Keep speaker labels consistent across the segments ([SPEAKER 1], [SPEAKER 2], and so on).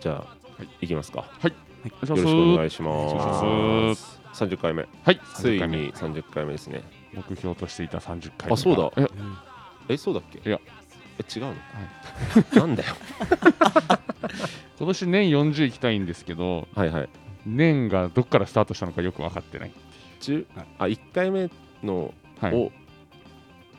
[SPEAKER 1] じゃあ、い、きますか。
[SPEAKER 2] はい
[SPEAKER 1] よろしくお願いし
[SPEAKER 2] お
[SPEAKER 1] ま。
[SPEAKER 2] 願いします
[SPEAKER 1] 三十回目。
[SPEAKER 2] はい
[SPEAKER 1] つい
[SPEAKER 2] 30回目
[SPEAKER 1] に三十回目ですね。
[SPEAKER 2] 目標としていた30回目
[SPEAKER 1] あ、そうだ。え
[SPEAKER 2] え、
[SPEAKER 1] えそうだっけ？
[SPEAKER 2] いや
[SPEAKER 1] え、違うの。 なんだよ。
[SPEAKER 2] 今年年40行きたいんですけど
[SPEAKER 1] はいはい。
[SPEAKER 2] 年がどっからスタートしたのかよく分かってない、
[SPEAKER 1] 十
[SPEAKER 3] はい
[SPEAKER 1] あ一回目の
[SPEAKER 2] はい、
[SPEAKER 1] を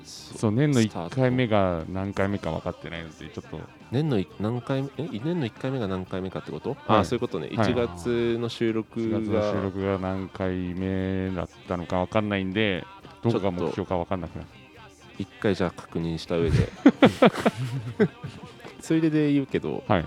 [SPEAKER 1] そ
[SPEAKER 2] そう年の
[SPEAKER 1] スター
[SPEAKER 2] 1
[SPEAKER 1] ト
[SPEAKER 2] 回目が何回目か分かってないのでちょっと
[SPEAKER 1] 年のい何回目え年の一回目が何回目かってこと？
[SPEAKER 2] はい
[SPEAKER 1] あ、そういうことね。一
[SPEAKER 2] はい
[SPEAKER 1] 月の収録
[SPEAKER 2] 4月の収
[SPEAKER 1] が
[SPEAKER 2] 録が何回目だったのか分かんないんでどこが目標か分かんなくなっ
[SPEAKER 1] 一回じゃあ確認した上 で。ついでで言うけど、
[SPEAKER 2] はい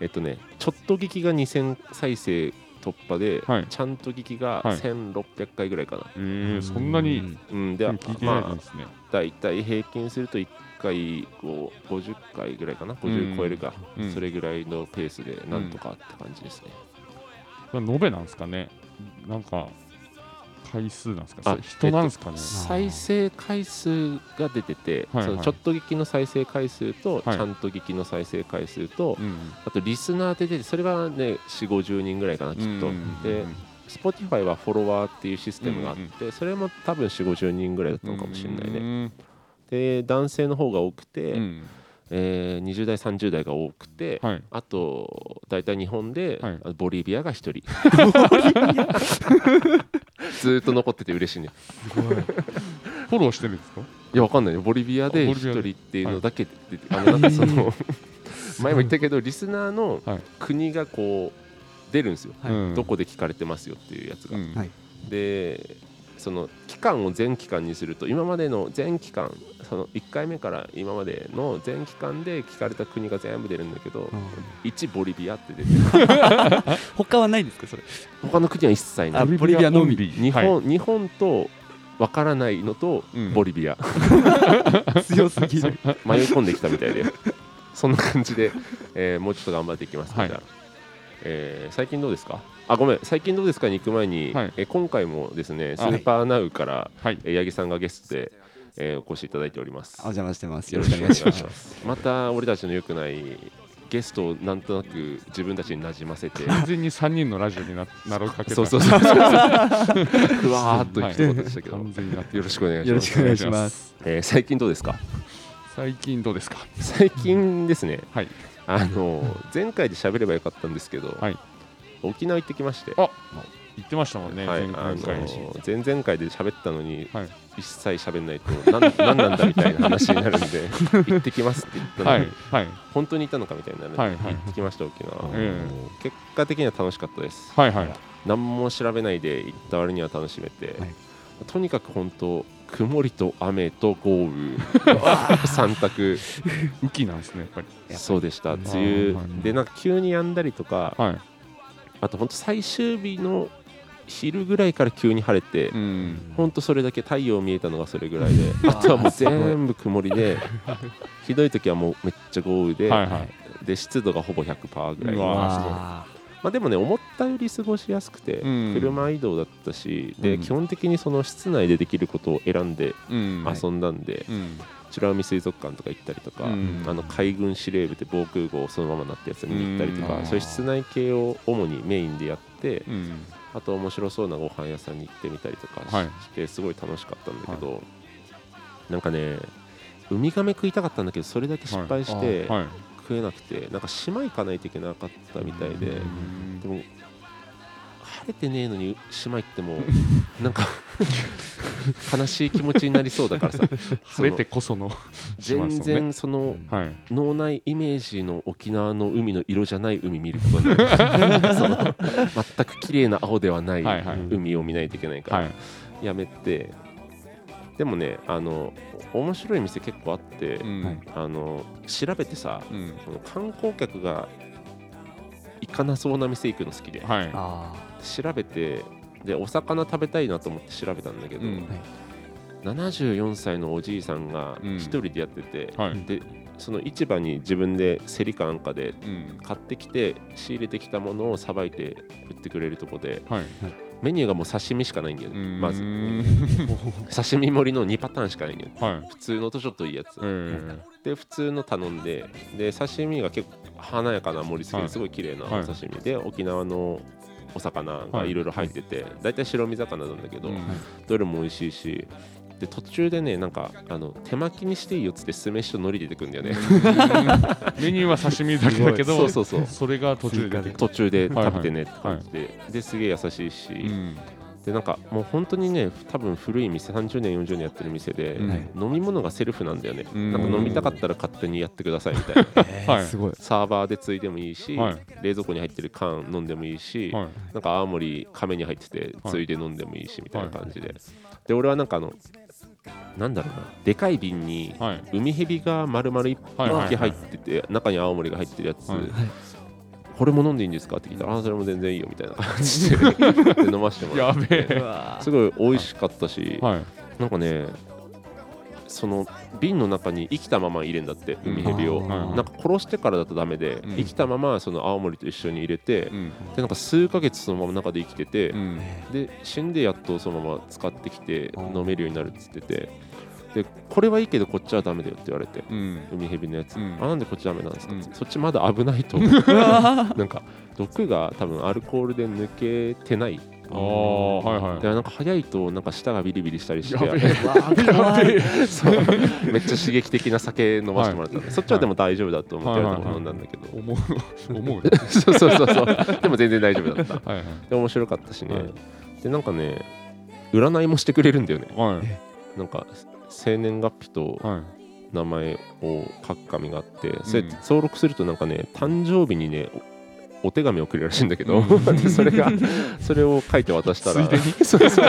[SPEAKER 1] えっとね、ちょっと聞きが2000再生突破で、
[SPEAKER 2] はい
[SPEAKER 1] ちゃんと聞きが
[SPEAKER 2] はい
[SPEAKER 1] 1600回ぐらいかな。
[SPEAKER 2] えー、そんなに
[SPEAKER 1] うん、で、
[SPEAKER 2] 聞いてない
[SPEAKER 1] ま
[SPEAKER 2] ん
[SPEAKER 1] あ、
[SPEAKER 2] ですね、
[SPEAKER 1] だいたい平均すると1回こう50回ぐらいかな、
[SPEAKER 2] うん
[SPEAKER 1] 50超えるか、
[SPEAKER 2] うん
[SPEAKER 1] それぐらいのペースでなんとかって感じですね。
[SPEAKER 2] これ延べなんですかねなんか回数なんですか
[SPEAKER 1] あ
[SPEAKER 2] それ人なんですかね、
[SPEAKER 1] 再生回数が出てて、
[SPEAKER 2] はいはい
[SPEAKER 1] そのちょっと聞きの再生回数と、
[SPEAKER 2] はい
[SPEAKER 1] ちゃんと聞きの再生回数と、
[SPEAKER 2] うん
[SPEAKER 1] あとリスナーで出て、それがね、4、50人ぐらいかな、きっと。
[SPEAKER 2] うん
[SPEAKER 1] で Spotify はフォロワーっていうシステムがあって、それも多分4 5 0人ぐらいだったのかもしれないね、
[SPEAKER 2] ね
[SPEAKER 1] で男性の方が多くて、
[SPEAKER 2] うん
[SPEAKER 1] えー20代30代が多くて、
[SPEAKER 2] はい
[SPEAKER 1] あと大体日本で、
[SPEAKER 2] はい
[SPEAKER 1] あボリビアが1人 ボリビアずーっと残ってて嬉しいね
[SPEAKER 2] フォローしてるんですか
[SPEAKER 1] いやわかんないよボリビア
[SPEAKER 2] あ
[SPEAKER 1] で
[SPEAKER 2] ボリビアで
[SPEAKER 1] 1人っていうのだけで、あのなん かその前も言ったけどリスナーの
[SPEAKER 2] はい
[SPEAKER 1] 国がこう出るんですよ、
[SPEAKER 3] はい
[SPEAKER 2] うん
[SPEAKER 1] どこで聞かれてますよっていうやつが、
[SPEAKER 2] うん
[SPEAKER 3] はい
[SPEAKER 1] でその期間を全期間にすると今までの全期間その1回目から今までの全期間で聞かれた国が全部出るんだけど1ボリビアって出てる
[SPEAKER 3] 他はないんですかそれ
[SPEAKER 1] 他の国は一切ない
[SPEAKER 3] あボリビアのみ
[SPEAKER 2] ボリビア
[SPEAKER 1] 日
[SPEAKER 2] はい
[SPEAKER 1] 本,、日本とわからないのと
[SPEAKER 2] うん
[SPEAKER 1] ボリビア、
[SPEAKER 3] 強すぎる
[SPEAKER 1] 迷い込んできたみたいでそんな感じで、えーもうちょっと頑張っていきますね、
[SPEAKER 2] はい
[SPEAKER 1] じゃあえー最近どうですかあごめん最近どうですかに行く前に、
[SPEAKER 2] はい
[SPEAKER 1] えー今回もですねス
[SPEAKER 2] あ
[SPEAKER 1] ーパーナウから、
[SPEAKER 2] はい
[SPEAKER 1] えー八木さんがゲストで、えーお越しいただいております
[SPEAKER 3] お邪魔してますよろしくお願いします
[SPEAKER 1] すまた俺たちの良くないゲストをなんとなく自分たちになじま せて
[SPEAKER 2] 完全に3人のラジオにななろうかけた
[SPEAKER 1] そうそうそうそうふわーっと一言でしたけど、
[SPEAKER 2] 完全になって
[SPEAKER 1] よろしくお願いしま
[SPEAKER 3] よろ
[SPEAKER 1] す
[SPEAKER 3] しくお願いします
[SPEAKER 1] えー最近どうですか
[SPEAKER 2] 最近どうですか
[SPEAKER 1] 最近ですね
[SPEAKER 2] はい
[SPEAKER 1] あの前回で喋ればよかったんですけど、
[SPEAKER 2] はい
[SPEAKER 1] 沖縄行ってきまして、
[SPEAKER 2] あ言ってましたもんね、
[SPEAKER 1] はい、
[SPEAKER 2] 前
[SPEAKER 1] あ
[SPEAKER 2] 回
[SPEAKER 1] の
[SPEAKER 2] 回
[SPEAKER 1] 前々回で喋ったのに、
[SPEAKER 2] はい
[SPEAKER 1] 一切喋んないとなん何なんだみたいな話になるんで行ってきますって言ったの
[SPEAKER 2] は
[SPEAKER 1] に、
[SPEAKER 2] いはい
[SPEAKER 1] 本当に行ったのかみたいになるんで、
[SPEAKER 2] はいはい
[SPEAKER 1] 行ってきました沖縄、
[SPEAKER 2] え
[SPEAKER 1] 結果的には楽しかったです
[SPEAKER 2] はいはい
[SPEAKER 1] 何も調べないで行った割には楽しめて、
[SPEAKER 3] はい
[SPEAKER 1] とにかく本当曇りと雨と豪 雨三択
[SPEAKER 2] 雨季なんですねやっぱり
[SPEAKER 1] そうでした
[SPEAKER 3] うん
[SPEAKER 1] 梅雨、
[SPEAKER 2] はいはい
[SPEAKER 1] でなんか急に止んだりとか
[SPEAKER 2] はい
[SPEAKER 1] あと本当最終日の昼ぐらいから急に晴れて、
[SPEAKER 2] うん
[SPEAKER 1] ほんとそれだけ太陽見えたのがそれぐらい で
[SPEAKER 3] あ
[SPEAKER 1] あとはもう
[SPEAKER 3] すごい
[SPEAKER 1] 全部曇りでひどい時はもうめっちゃ豪雨で、
[SPEAKER 2] はいはい
[SPEAKER 1] で湿度がほぼ100%ぐらいうま
[SPEAKER 2] わ
[SPEAKER 3] あ
[SPEAKER 1] あ、でもね思ったより過ごしやすくて、
[SPEAKER 2] うん
[SPEAKER 1] 車移動だったしで、
[SPEAKER 2] うん
[SPEAKER 1] 基本的にその室内でできることを選んで
[SPEAKER 2] うん
[SPEAKER 1] 遊んだんで、
[SPEAKER 2] うん
[SPEAKER 1] 美ら海水族館とか行ったりとか、
[SPEAKER 2] うん
[SPEAKER 1] あの海軍司令部で防空壕をそのままなったやつ見に行ったりとか、
[SPEAKER 2] うん
[SPEAKER 1] そういう室内系を主にメインでやって、
[SPEAKER 2] うん
[SPEAKER 1] あと面白そうなご飯屋さんに行ってみたりとかし,、
[SPEAKER 2] はい
[SPEAKER 1] てすごい楽しかったんだけど、なんかねウミガメ食いたかったんだけどそれだけ失敗して
[SPEAKER 2] はい
[SPEAKER 1] 食えなくて、なんか島行かないといけなかったみたいで、
[SPEAKER 3] う
[SPEAKER 1] でも晴れてねえのに島行って もなんか悲しい気持ちになりそうだからさ
[SPEAKER 2] 晴れてこその
[SPEAKER 1] 全然その
[SPEAKER 3] うん
[SPEAKER 2] はい
[SPEAKER 1] 脳内イメージの沖縄の海の色じゃない海見ることにな るその全く綺麗な青ではない
[SPEAKER 2] はいはい
[SPEAKER 1] 海を見ないといけないから、
[SPEAKER 2] はい
[SPEAKER 1] やめてでもねあの面白い店結構あって、
[SPEAKER 2] うん
[SPEAKER 3] はい
[SPEAKER 1] あの調べてさ
[SPEAKER 2] うん
[SPEAKER 1] その観光客が行かなそうな店行くの好きで、
[SPEAKER 2] はい
[SPEAKER 3] あ
[SPEAKER 1] 調べてでお魚食べたいなと思って調べたんだけど、
[SPEAKER 2] うん
[SPEAKER 1] 74歳のおじいさんが
[SPEAKER 2] うん
[SPEAKER 1] 一人でやってて、
[SPEAKER 2] はい
[SPEAKER 1] でその市場に自分で競りかなんかで
[SPEAKER 2] うん
[SPEAKER 1] 買ってきて仕入れてきたものをさばいて売ってくれるとこで
[SPEAKER 2] はい
[SPEAKER 1] メニューがもう刺身しかないんだよねまず
[SPEAKER 2] うーん
[SPEAKER 1] 刺身盛りの2パターンしかないんだよね
[SPEAKER 2] はい。
[SPEAKER 1] 普通のとちょっといいやつ
[SPEAKER 2] えー
[SPEAKER 1] で普通の頼んでで刺身が結構華やかな盛り付け
[SPEAKER 2] は
[SPEAKER 1] で
[SPEAKER 2] い
[SPEAKER 1] すごい綺麗なお
[SPEAKER 2] はい
[SPEAKER 1] 刺身で沖縄のお魚がいろいろ入ってて大体白身魚なんだけど
[SPEAKER 2] うん
[SPEAKER 1] どれも美味しいしで途中でねなんかあの手巻きにしていいよっつって酢飯と海苔出てくんだよね
[SPEAKER 2] メニューは刺身だけだけ
[SPEAKER 1] そ
[SPEAKER 2] ど
[SPEAKER 1] う、そうそう
[SPEAKER 2] それが途中で出てく
[SPEAKER 1] 途中で食べてねって感じでですげえ優しいし、
[SPEAKER 2] る。うん
[SPEAKER 1] でなんかもう本当にね多分古い店30年40年やってる店で、
[SPEAKER 2] うん
[SPEAKER 3] はい
[SPEAKER 1] 飲み物がセルフなんだよね
[SPEAKER 2] うん
[SPEAKER 1] なんか飲みたかったら勝手にやってくださいみたい な
[SPEAKER 3] えー
[SPEAKER 2] はい
[SPEAKER 3] すごい
[SPEAKER 1] サーバーでついでもいいし、
[SPEAKER 2] はい
[SPEAKER 1] 冷蔵庫に入ってる缶飲んでもいいし、
[SPEAKER 2] はい。
[SPEAKER 1] なんか青森亀に入ってて
[SPEAKER 2] はい
[SPEAKER 1] ついで飲んでもいいしみたいな感じで、で俺はなんかあのなんだろうなでかい瓶に
[SPEAKER 2] はい。
[SPEAKER 1] 海蛇が丸々一
[SPEAKER 2] はいはいはい
[SPEAKER 1] 匹入ってて、中に青森が入ってるやつ、
[SPEAKER 2] はい
[SPEAKER 1] これも飲んでいいんですかって聞いたら、ああそれも全然いいよみたい な感じでで飲ませてもら
[SPEAKER 2] や
[SPEAKER 1] って
[SPEAKER 2] べえ。
[SPEAKER 1] すごい美味しかったし、
[SPEAKER 2] はい。
[SPEAKER 1] なんかねその瓶の中に生きたまま入れんだって海蛇を、
[SPEAKER 3] うん
[SPEAKER 2] はい
[SPEAKER 1] なんか殺してからだとダメで、
[SPEAKER 2] うん
[SPEAKER 1] 生きたままその青森と一緒に入れて、
[SPEAKER 2] うん。
[SPEAKER 1] でなんか数ヶ月そのまま中で生きてて、
[SPEAKER 2] うん。
[SPEAKER 1] で死んでやっとそのまま使ってきて
[SPEAKER 3] あー
[SPEAKER 1] 飲めるようになるっつっててでこれはいいけどこっちはダメだよって言われて
[SPEAKER 2] うん。
[SPEAKER 1] 海蛇のやつ、
[SPEAKER 2] うん
[SPEAKER 1] あなんでこっちダメなんですか、
[SPEAKER 2] うん
[SPEAKER 1] そっちまだ危ないと なんか毒が多分アルコールで抜けてない
[SPEAKER 2] ああ、はいはい。
[SPEAKER 1] でなんか早いとなんか舌がビリビリしたりして
[SPEAKER 2] やべえ。
[SPEAKER 3] わあ怖い
[SPEAKER 1] そう めっちゃ刺激的な酒飲ませてもらったんで、そっちはでも大丈夫だと思って
[SPEAKER 2] はいはいはい
[SPEAKER 1] 飲んだんだけど、
[SPEAKER 2] 思う。 思う。
[SPEAKER 1] そうそうそうそうでも全然大丈夫だった
[SPEAKER 2] はいはい。
[SPEAKER 1] で面白かったしね、
[SPEAKER 2] はい
[SPEAKER 1] でなんかね占いもしてくれるんだよね
[SPEAKER 2] はい。
[SPEAKER 1] なんか生年月日と
[SPEAKER 2] は
[SPEAKER 1] 名前を書く紙があって、それ
[SPEAKER 2] うん
[SPEAKER 1] 登録するとなんかね誕生日にねおお手紙をくれるらしいんだけど、
[SPEAKER 2] う
[SPEAKER 1] でそれがそれを書いて渡したらそうそう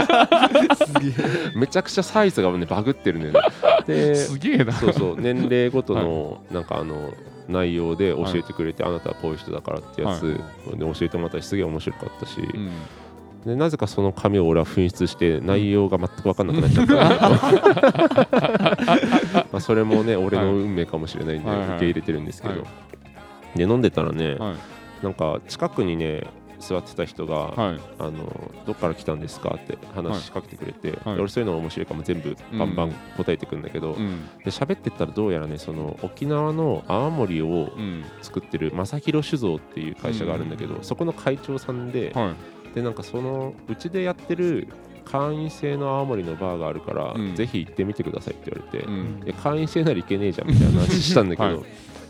[SPEAKER 1] めちゃくちゃサイズがねバグってるんだよねで
[SPEAKER 2] い。 すげえな。
[SPEAKER 1] そうそう年齢ごとのなんかあの内容で教えてくれて、あなたはこういう人だからってやつ、で教えてもらったしすげえ面白かったし、
[SPEAKER 2] うん。
[SPEAKER 1] でなぜかその紙を俺は紛失して内容が全く分かんなくなっちゃった、 まあそれもね俺の運命かもしれないんで
[SPEAKER 2] はいはい
[SPEAKER 1] 受け入れてるんですけど、
[SPEAKER 2] は
[SPEAKER 1] で飲んでたらね、
[SPEAKER 2] はい。
[SPEAKER 1] なんか近くにね座ってた人が、
[SPEAKER 2] はい。
[SPEAKER 1] あのどっから来たんですかって話しかけてくれて、
[SPEAKER 2] はい
[SPEAKER 1] で俺そういうの面白いからもう全部バンバン答えてくんだけど、
[SPEAKER 2] うん。
[SPEAKER 1] で喋ってったらどうやらねその沖縄の泡盛を
[SPEAKER 2] うん。
[SPEAKER 1] 作ってる正弘酒造っていう会社があるんだけど、そこの会長さんで、
[SPEAKER 2] はい。
[SPEAKER 1] でなんかそのうちでやってる会員制の青森のバーがあるから、
[SPEAKER 2] うん
[SPEAKER 1] ぜひ行ってみてくださいって言われて、
[SPEAKER 2] うん。
[SPEAKER 1] で会員制なら行けねえじゃんみたいな話したんだけど、
[SPEAKER 2] はい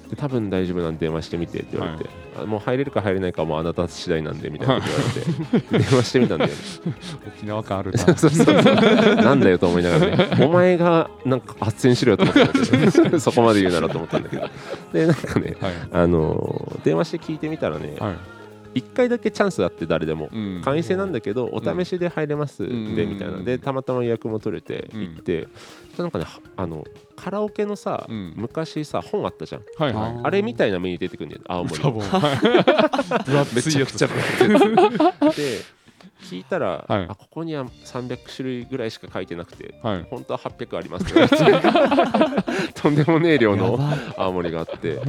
[SPEAKER 1] で多分大丈夫なんで電話してみてって言われて、あもう入れるか入れないかはもうあなた次第なんでみたいなこと言われて、電話してみたんだよ ね
[SPEAKER 2] 沖縄感あ るな。
[SPEAKER 1] そうそうそうなんだよと思いながらねお前がなんか発展しろよと思ったんだけ どそこまで言うならと思ったんだけどでなんかね
[SPEAKER 2] はい。
[SPEAKER 1] あのー電話して聞いてみたらね、
[SPEAKER 2] はい。
[SPEAKER 1] 一1回だけチャンスあって誰でも、
[SPEAKER 2] うん
[SPEAKER 1] 会員制なんだけど、お試しで入れますで、
[SPEAKER 2] ん
[SPEAKER 1] みたいなでたまたま予約も取れて
[SPEAKER 2] うん
[SPEAKER 1] 行って、なんかねはあのカラオケのさ、
[SPEAKER 2] うん
[SPEAKER 1] 昔さ本あったじゃん
[SPEAKER 2] はいはい。
[SPEAKER 1] あれみたいな目に出てくるんだよ青森
[SPEAKER 2] サボン。はい。 分厚いやつ。
[SPEAKER 1] で聞いたら、
[SPEAKER 2] はい
[SPEAKER 1] あここには300種類ぐらいしか書いてなくて
[SPEAKER 2] はい。
[SPEAKER 1] 本当は800ありますって言われ て とんでもねえ量
[SPEAKER 3] や
[SPEAKER 1] の
[SPEAKER 3] ば
[SPEAKER 1] 青森があって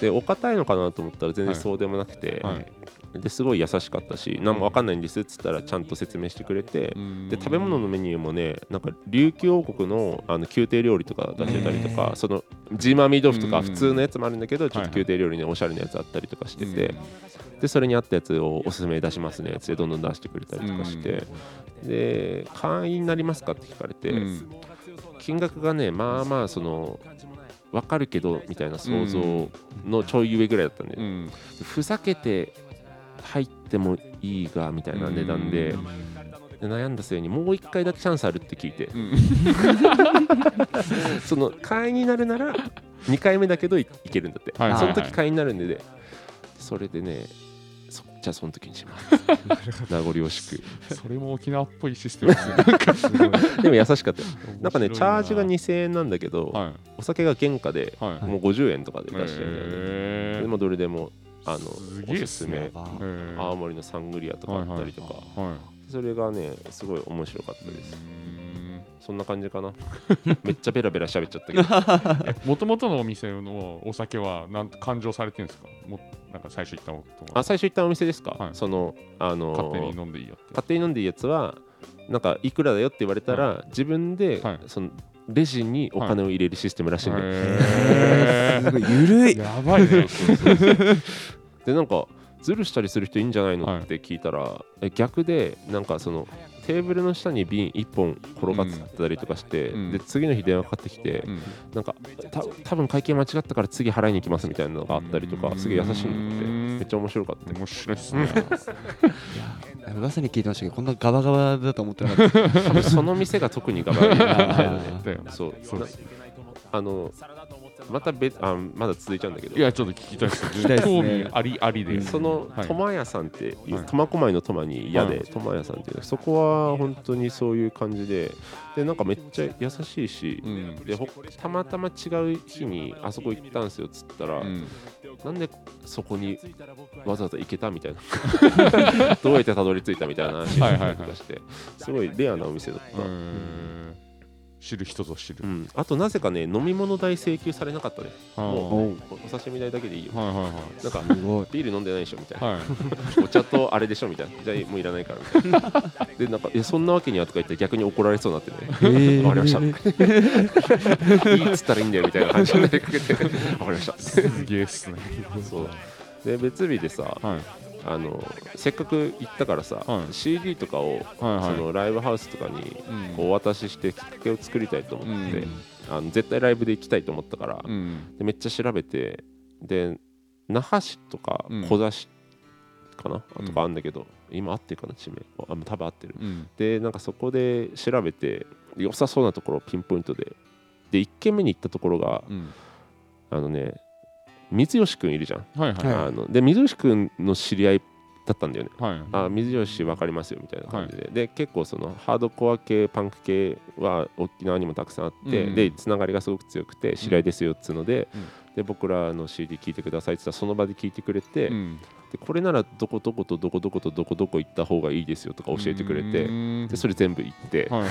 [SPEAKER 1] でお堅いのかなと思ったら全然そうでもなくて、
[SPEAKER 2] はい。
[SPEAKER 1] ですごい優しかったし何も分かんないんですっつったらちゃんと説明してくれて、で食べ物のメニューもねなんか琉球王国のあの宮廷料理とか出してたりとか、
[SPEAKER 3] へー
[SPEAKER 1] そのジーマーミー豆腐とか
[SPEAKER 2] うん
[SPEAKER 1] 普通のやつもあるんだけど、ちょっ
[SPEAKER 2] はい
[SPEAKER 1] と
[SPEAKER 2] はい
[SPEAKER 1] 宮廷料理ねおしゃれなやつあったりとかしてて、
[SPEAKER 2] うん
[SPEAKER 1] でそれに合ったやつをおすすめ出しますねっつってどんどん出してくれたりとかして、で会員になりますかって聞かれて、
[SPEAKER 2] うん
[SPEAKER 1] 金額がねまあまあその分かるけどみたいな想像のちょい上ぐらいだったんで、
[SPEAKER 2] うん
[SPEAKER 1] ふざけて入ってもいいがみたいな値段で,、
[SPEAKER 2] うん
[SPEAKER 1] で悩んだ末にもう一回だけチャンスあるって聞いて
[SPEAKER 2] うん
[SPEAKER 1] その会員になるなら2回目だけどいいけるんだって、
[SPEAKER 2] はい
[SPEAKER 3] はい
[SPEAKER 1] そ
[SPEAKER 3] はい
[SPEAKER 1] の時会員になるんででそれでねそじゃあその時にし ます名残惜し
[SPEAKER 2] それも沖縄っぽいシステムですね。
[SPEAKER 3] すごい
[SPEAKER 1] くでも優しかったよなんかね
[SPEAKER 2] 面白い
[SPEAKER 1] チャージが2000円なんだけど、
[SPEAKER 2] は
[SPEAKER 1] お酒が原価で
[SPEAKER 2] いはい。
[SPEAKER 1] もう50円とかで出してるんだよね、
[SPEAKER 2] え
[SPEAKER 1] でもどれでもあの
[SPEAKER 2] す
[SPEAKER 1] お
[SPEAKER 2] げえ
[SPEAKER 1] す
[SPEAKER 2] っす
[SPEAKER 1] す
[SPEAKER 2] ね
[SPEAKER 1] め
[SPEAKER 3] やば
[SPEAKER 1] 青森のサングリアとかあったりとか、
[SPEAKER 2] はい。
[SPEAKER 1] それがねすごい面白かったです
[SPEAKER 2] うーん
[SPEAKER 1] そんな感じかな めっちゃベラベラ喋っちゃった けど
[SPEAKER 2] もともとのお店のお酒はなん勘定されてるんですかもなんか最初行ったことが
[SPEAKER 1] あ最初行ったお店ですか、
[SPEAKER 2] はい
[SPEAKER 1] そのあの
[SPEAKER 2] 勝手に飲んでいいよって
[SPEAKER 1] 勝手に飲んでいいやつはなんかいくらだよって言われたら、自分で、
[SPEAKER 2] はい
[SPEAKER 1] そのレジにお金を入れるシステムらしいんで、
[SPEAKER 2] へ
[SPEAKER 3] すごいゆる
[SPEAKER 2] ー
[SPEAKER 3] い
[SPEAKER 2] やばいね
[SPEAKER 1] でなんかズルしたりする人いいんじゃないの、
[SPEAKER 2] はい
[SPEAKER 1] って聞いたらえ逆でなんかそのテーブルの下に瓶1本転がってたりとかして、
[SPEAKER 2] うん
[SPEAKER 1] で次の日電話かかってきて、
[SPEAKER 2] うん
[SPEAKER 1] なんかた多分会計間違ったから次払いに行きますみたいなのがあったりとか、
[SPEAKER 2] うん
[SPEAKER 1] すげえ優しいのでめっちゃ面白か った、
[SPEAKER 2] 面白いっ すね
[SPEAKER 3] 噂に聞いてましたけどこんなガバガバだと思ってなかった
[SPEAKER 1] 多分その店が特にガバガバみたいなね
[SPEAKER 2] だよね
[SPEAKER 1] そう
[SPEAKER 2] そうです
[SPEAKER 1] あのまた別あまだ続いちゃうんだけど
[SPEAKER 2] いやちょっと聞きたいっす
[SPEAKER 3] きたいっすね
[SPEAKER 2] 興味ありありで
[SPEAKER 1] その
[SPEAKER 2] はい
[SPEAKER 1] 苫屋さんっていう
[SPEAKER 2] はい
[SPEAKER 1] 苫小牧の苫に屋
[SPEAKER 2] は
[SPEAKER 1] で
[SPEAKER 2] い
[SPEAKER 1] 苫屋さんっていうそこは本当にそういう感じででなんかめっちゃ優しいし
[SPEAKER 2] う、ん
[SPEAKER 1] でほたまたま違う日にあそこ行ったんですよっつったら、
[SPEAKER 2] うん
[SPEAKER 1] なんでそこにわざわざ行けたみたい などうやってたどり着いたみたいな話をしたりとかして、すごいレアなお店だった、
[SPEAKER 2] うん知る人ぞ知る
[SPEAKER 1] う、んあとなぜかね飲み物代請求されなかったね
[SPEAKER 2] は
[SPEAKER 1] もうおお刺身代だけでいいよ
[SPEAKER 2] いはいはい
[SPEAKER 1] なんか
[SPEAKER 3] すごい
[SPEAKER 1] ビール飲んでないでしょみたいな、
[SPEAKER 2] はいはい
[SPEAKER 1] お茶とあれでしょみたいなじゃあもういらないからみたい なでなんかいやそんなわけにはとか言って逆に怒られそうになってね
[SPEAKER 3] え
[SPEAKER 1] わかりま した。いいっつったらいいんだよみたいな感じになりかけて、わかりました。
[SPEAKER 2] すげえっすね
[SPEAKER 1] そうで別日でさ
[SPEAKER 2] はい
[SPEAKER 1] あのせっかく行ったからさ、
[SPEAKER 2] はい
[SPEAKER 1] CD とかを、
[SPEAKER 2] はいはい
[SPEAKER 1] そのライブハウスとかに
[SPEAKER 2] うん
[SPEAKER 1] お渡ししてきっかけを作りたいと思って、
[SPEAKER 2] うん
[SPEAKER 1] あの絶対ライブで行きたいと思ったから、
[SPEAKER 2] うん
[SPEAKER 1] でめっちゃ調べてで那覇市とか
[SPEAKER 2] うん
[SPEAKER 1] 小座市かな、
[SPEAKER 2] うん
[SPEAKER 1] とかあるんだけど今合ってるかな地名あ多分合ってる
[SPEAKER 2] うん
[SPEAKER 1] でなんかそこで調べて良さそうなところをピンポイントでで1軒目に行ったところが、
[SPEAKER 2] うん
[SPEAKER 1] あのね水吉くんいるじゃん、
[SPEAKER 2] はいはい
[SPEAKER 3] は
[SPEAKER 1] あので水吉くんの知り合いだったんだよね
[SPEAKER 2] はい
[SPEAKER 1] あ水吉わかりますよみたいな感じで、で結構そのハードコア系パンク系は沖縄にもたくさんあって、
[SPEAKER 2] うん
[SPEAKER 1] でつながりがすごく強くて知り合いですよっつうので,、
[SPEAKER 2] うん
[SPEAKER 1] で僕らの CD 聞いてくださいって言ったらその場で聞いてくれて、
[SPEAKER 2] うん
[SPEAKER 1] でこれならどこどことどこどことどこどこ行った方がいいですよとか教えてくれて、
[SPEAKER 2] うん
[SPEAKER 1] でそれ全部行って、
[SPEAKER 2] はい は